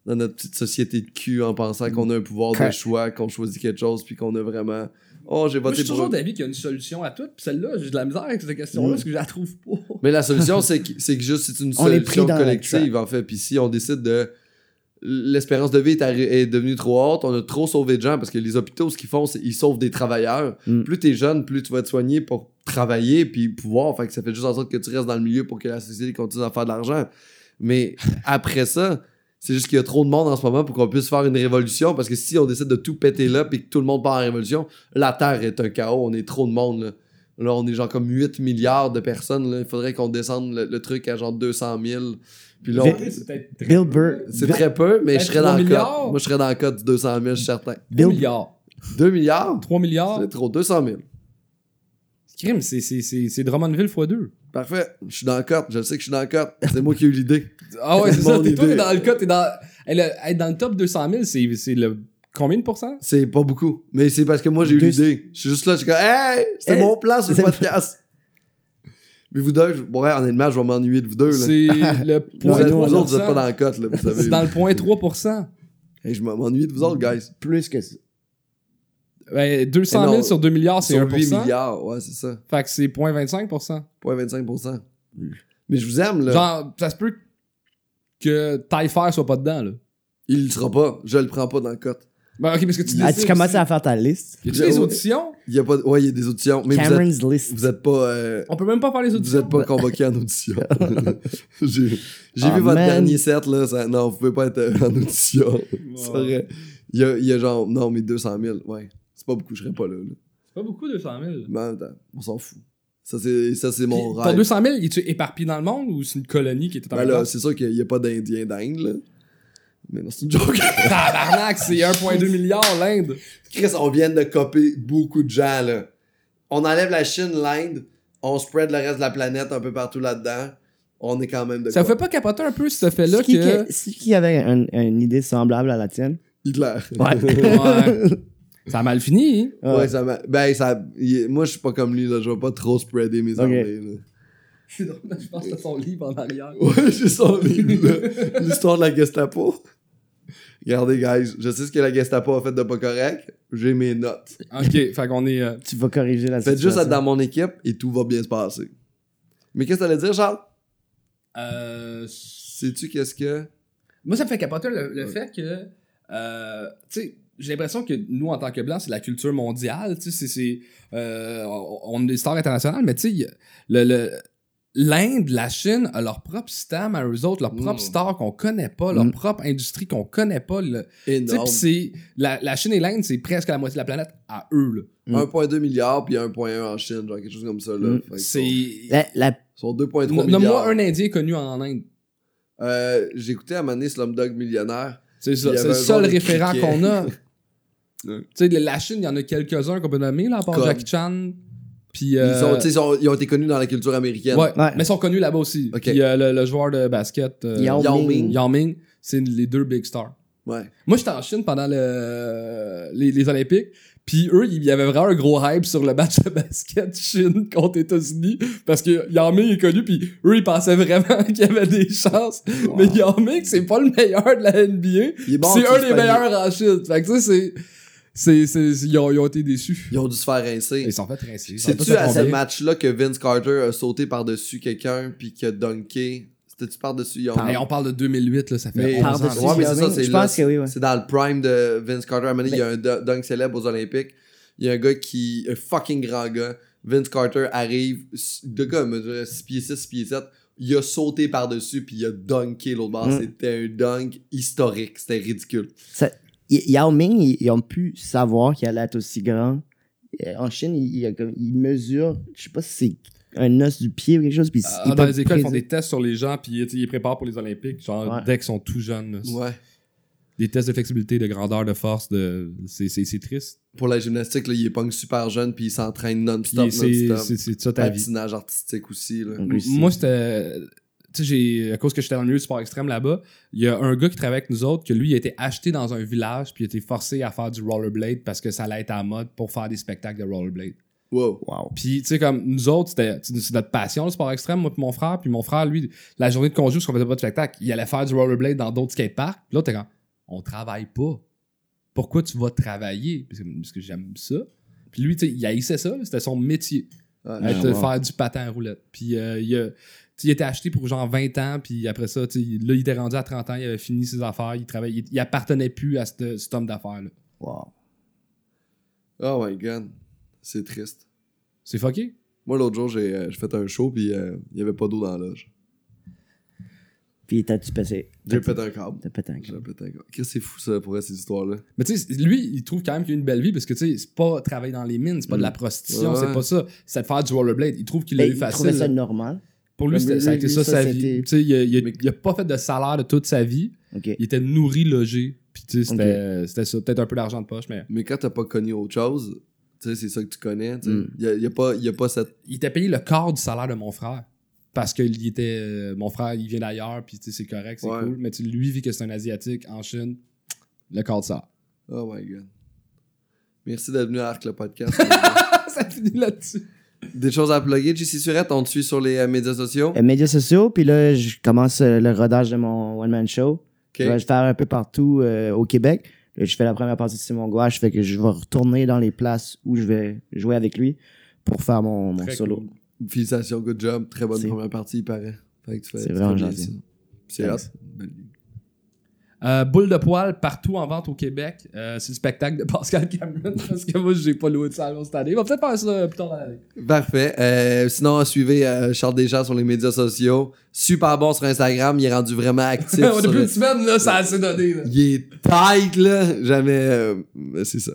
dans notre petite société de cul en pensant qu'on a un pouvoir de
Mm. Correct.
choix, qu'on choisit quelque chose, puis qu'on a vraiment Oh, j'ai
Moi, je
voté
suis
pour.
toujours d'avis qu'il y a une solution à tout. Puis celle-là, j'ai de la misère avec cette question-là
Mm.
parce que je la trouve pas.
Mais la solution, c'est que, c'est que juste c'est une
On est pris
solution
dans
collective, en fait. Puis si on décide de. L'espérance de vie est, arri- est devenue trop haute, on a trop sauvé de gens parce que les hôpitaux, ce qu'ils font, c'est ils sauvent des travailleurs.
Mm.
Plus t'es jeune, plus tu vas te soigner pour travailler puis pouvoir. Fait que ça fait juste en sorte que tu restes dans le milieu pour que la société continue à faire de l'argent. Mais après ça, c'est juste qu'il y a trop de monde en ce moment pour qu'on puisse faire une révolution parce que si on décide de tout péter là puis que tout le monde part en révolution, la Terre est un chaos, on est trop de monde là. Là, on est genre comme 8 milliards de personnes. là. Il faudrait qu'on descende le, le truc à genre 200 000. Puis là, on-
Vite.
C'est peut-être très
Bill
peu.
Burr.
c'est très peu, mais je
Hey,
serais dans
3
le
milliards?
code. Moi, je serais dans le code du 200 000, je suis certain.
2
Bill,
milliards,
2 milliards?
3 milliards.
C'est trop, 200 000.
Crime, c'est c'est c'est c'est Drummondville x 2.
Parfait, je suis dans le code. Je sais que je suis dans le code. C'est moi qui ai eu l'idée.
Ah ouais, c'est ça,
Mon
t'es toi,
idée.
t'es dans le cas, t'es dans Hey, le- être dans le top 200 000, c'est c'est le combien de pourcents
C'est pas beaucoup, mais c'est parce que moi, j'ai eu
Deux-
l'idée. Je suis juste là, je suis comme « Hey! C'était
Hey,
mon plan sur le
c'est-
podcast! » Mais vous deux, je- ouais, honnêtement, je vais m'ennuyer de vous deux. Là.
C'est le
Vous,
point
êtes, vous
3
autres, vous êtes pas dans le code, là, vous
C'est
savez.
dans le point 3
Hey, je m'ennuie de vous autres, guys.
plus que ça.
Ben, 200
Mais
000
non,
sur 2 milliards, c'est
Sur
1
8 milliards, ouais, c'est ça.
Fait que c'est 0.25
0.25%. Mais je vous aime, là.
Genre, ça se peut que Taille Fair soit pas dedans, là.
Il le sera pas. Je le prends pas dans le cote.
Ben, ok, parce que tu
Ah,
décides.
As-tu commencé à faire ta liste?
Y a-tu des
Ouais.
auditions
Il y a pas. Ouais, il y a des auditions. Mais vous êtes,
Cameron's list.
vous êtes pas. euh,
On peut même pas faire les
vous
auditions.
êtes pas convoqué en audition. J'ai j'ai
Ah,
vu votre
man.
dernier set, là. ça- non, vous pouvez pas être euh, en audition. C'est vrai. Il y a, il y a genre. Non, mais 200 000. Ouais. C'est pas beaucoup, je serais pas là. là.
C'est pas beaucoup 200 000.
Mais en même temps, on s'en fout. Ça, c'est ça, c'est
Puis,
mon
Ton
rêve.
200 000, est-tu éparpillé dans le monde ou c'est une colonie qui était en
Ben là, c'est sûr qu'il y a pas d'Indien d'Inde, là. Mais non, c'est une joke.
Tabarnak, c'est 1.2 milliard l'Inde.
Chris, on vient de copier beaucoup de gens, là. On enlève la Chine, l'Inde, on spread le reste de la planète un peu partout là-dedans. On est quand même de
Ça vous
quoi.
fait pas capoter un peu ce fait-là
Si qui,
que.
que- si qui avait un- une idée semblable à la tienne?
Hitler.
Ouais. Ça a mal fini. hein?
Ah,
Ouais, ça m'a- Ben, ça... il- moi, je suis pas comme lui, là. Je vais pas trop spreader mes
Ok.
armées, là.
C'est drôle, je pense à son livre en arrière.
Ouais, j'ai son livre, là. L'histoire de la Gestapo. Regardez, guys, je sais ce que la Gestapo a fait de pas correct. J'ai mes notes.
Ok, fait qu'on est. euh,
Tu vas corriger la
Faites
situation.
juste être dans mon équipe et tout va bien se passer. Mais qu'est-ce que t'allais dire, Charles?
Euh,
Sais-tu qu'est-ce que...
Moi, ça me fait capoter le, le
Ouais.
fait que, euh, tu sais, j'ai l'impression que nous, en tant que Blancs, c'est la culture mondiale, tu sais, c'est- c'est, euh, on on est des stars internationales, mais tu sais, le, le-
l'Inde, la Chine a leur propre système à eux autres, leur propre
Mm.
star qu'on connaît pas, leur
Hmm.
Mm.
propre industrie qu'on connaît pas. le- Tu sais,
Énorme.
pis c'est la, la Chine et l'Inde, c'est presque la moitié de la planète à eux. là.
Mm.
1,2 milliard puis 1,1 en Chine, genre quelque chose comme ça. Là.
Mm.
Fait qu'ils
C'est
sont-
La, la-
Ils sont 2,3
N-
milliards.
Nomme-moi un Indien connu en Inde.
Euh, J'écoutais à Mané Slumdog Millionnaire.
C'est
Il
ça,
y
c'est
avait
le
un genre
seul
de
référent
criquet.
qu'on a.
Ouais.
tu sais, la Chine, il y en a quelques-uns qu'on peut nommer, là, à part
Comme.
Jackie Chan. Puis,
Ils, sont,
euh,
tu sais, ils, sont- ils ont été connus dans la culture américaine.
ouais,
Ouais.
mais ils sont connus là-bas aussi.
Ok.
Puis euh, le, le joueur de basket, euh,
Yao,
Yao
Ming.
Yao Ming, c'est les deux big stars.
Ouais.
Moi, j'étais en Chine pendant le- les, les Olympiques. Puis eux, il y avait vraiment un gros hype sur le match de basket Chine contre États-Unis. Parce que Yao Ming est connu, puis eux, ils pensaient vraiment qu'il y avait des chances. Mais Yao Ming, c'est pas le meilleur de la NBA.
Il est bon,
c'est
tu
un
sais,
des meilleurs en Chine. Fait que ça, c'est. c'est- c'est- c'est- ils, ont, ils ont été déçus.
Ils ont dû se faire rincer.
Ils sont fait rincer.
C'est-tu à ce
match
match-là que Vince Carter a sauté par-dessus quelqu'un puis que dunké? C'était-tu par-dessus Yao Ming?
On parle de 2008, là, ça fait
Mais-
11 ans.
Par-dessus
là.
Ouais, mais c'est ça,
Yao Ming,
c'est
Je
là,
pense que oui, ouais.
C'est dans le prime de Vince Carter. À un moment donné, il y a un du- dunk célèbre aux Olympiques. Il y a un gars qui. Un fucking grand gars. Vince Carter arrive. s- Le gars mesure 6 pieds 6, 6 pieds 7. Il a sauté par-dessus puis il a dunké l'autre bord.
Mm.
C'était un dunk historique. C'était ridicule.
Y- Yao Ming, ils, ils ont pu savoir qu'il allait être aussi grand. Euh, En Chine, il, il a comme- il mesure, je sais pas si c'est un os du pied ou quelque chose. Puis
Ah,
ils
dans
peuvent
les écoles, ils font
prédire.
des tests sur les gens, puis tu sais, ils les préparent pour les Olympiques, genre
Ouais.
dès qu'ils sont tout jeunes. là.
Ouais.
Des tests de flexibilité, de grandeur, de force, de... c'est c'est- c'est triste.
Pour la gymnastique, là, il est punk super jeune puis il s'entraîne
Puis
non-stop.
c'est-
Non-stop.
c'est c'est ça ta vie.
Patinage artistique aussi. Là.
Mm.
M-
Russie.
Moi, c'était. Tu sais, j'ai- à cause que j'étais dans le milieu du sport extrême là-bas, il y a un gars qui travaille avec nous autres, que lui, il a été acheté dans un village, puis il a été forcé à faire du rollerblade parce que ça allait être à la mode pour faire des spectacles de rollerblade.
Wow.
Wow.
Puis, tu sais, comme nous autres, c'était tu sais, c'est notre passion, le sport extrême, moi, puis mon frère. Puis mon frère, lui, la journée de congé, parce qu'on faisait pas de spectacle, il allait faire du rollerblade dans d'autres skateparks. Puis là, t'es comme, on travaille pas. Pourquoi tu vas travailler? Parce que, parce que j'aime ça. Puis lui, tu sais, il haïssait ça, là, c'était son métier,
Ouais.
Ah,
être-
wow.
faire du patin à roulette. Puis euh, il, a, tu sais, il était acheté pour genre 20 ans, puis après ça, tu sais, là, il était rendu à 30 ans, il avait fini ses affaires, il travaillait, il, il appartenait plus à cette- cet homme d'affaires-là.
Wow.
Oh my god. C'est triste.
C'est fucké?
Moi, l'autre jour, j'ai euh, j'ai fait un show puis euh, il y avait pas d'eau dans la loge.
Puis t'as-tu passé?
J'ai pété un câble.
T'as Ben, pété un câble.
J'ai pété un câble. Qu'est-ce que c'est fou, ça, pour vrai, ces histoires-là.
Mais tu sais, lui, il trouve quand même qu'il a une belle vie parce que tu sais, c'est pas travailler dans les mines, c'est pas de la prostitution,
Ouais.
c'est pas ça. C'est de faire du rollerblade. Il trouve qu'il l'a
Mm. Ben,
eu
il trouvait
facile.
ça normal.
Pour lui,
Comme
c'était- ça a
lui,
été
lui,
ça,
ça,
sa vie.
c'était-
Tu sais, il, a- il a-
Mais-
il a pas fait de salaire de toute sa vie.
OK.
Il était nourri, logé. Puis tu sais, c'était c'était ça. Peut-être un peu d'argent de poche, mais
Mais quand t'as pas connu autre chose, tu sais, c'est ça que tu connais. Tu sais.
Mm.
Y, a, y a pas, y a pas cette.
il était payé le quart du salaire de mon frère. Parce que il était, euh, mon frère, il vient d'ailleurs, puis tu sais, c'est correct, c'est
Ouais.
cool. Mais tu sais, lui, vu que c'est un Asiatique en Chine, le quart du salaire.
Oh my god. Merci d'être venu à Arc le podcast.
ça finit là-dessus.
Des choses à plugger, JC Surette, on te suit sur les euh, médias sociaux.
Euh, médias sociaux, puis là, je commence euh, le rodage de mon one-man show.
Ok.
Je vais le faire un peu partout euh, au Québec. Euh, Je fais la première partie de Simon Gouache, fait que je vais retourner dans les places où je vais jouer avec lui pour faire mon, mon
Très
solo.
cool.
Félicitations, good job. Très bonne
C'est-
première partie, il paraît. Fait que tu fais-
C'est
tu fais
vraiment
bien
gentil.
ça. C'est
Thanks.
hot. Ben,
Euh, Boule de poil partout en vente au Québec. Euh, c'est le spectacle de Pascal Cameron parce que moi j'ai pas loué de salon cette année. Il va peut-être faire ça euh, plus tard dans l'année.
Parfait. Euh, sinon, suivez euh, Charles Deschamps sur les médias sociaux. Super bon sur Instagram. Il est rendu vraiment actif.
Depuis
sur-
une semaine là, ça a assez donné. là.
Il est tight, là. Jamais. euh, c'est ça.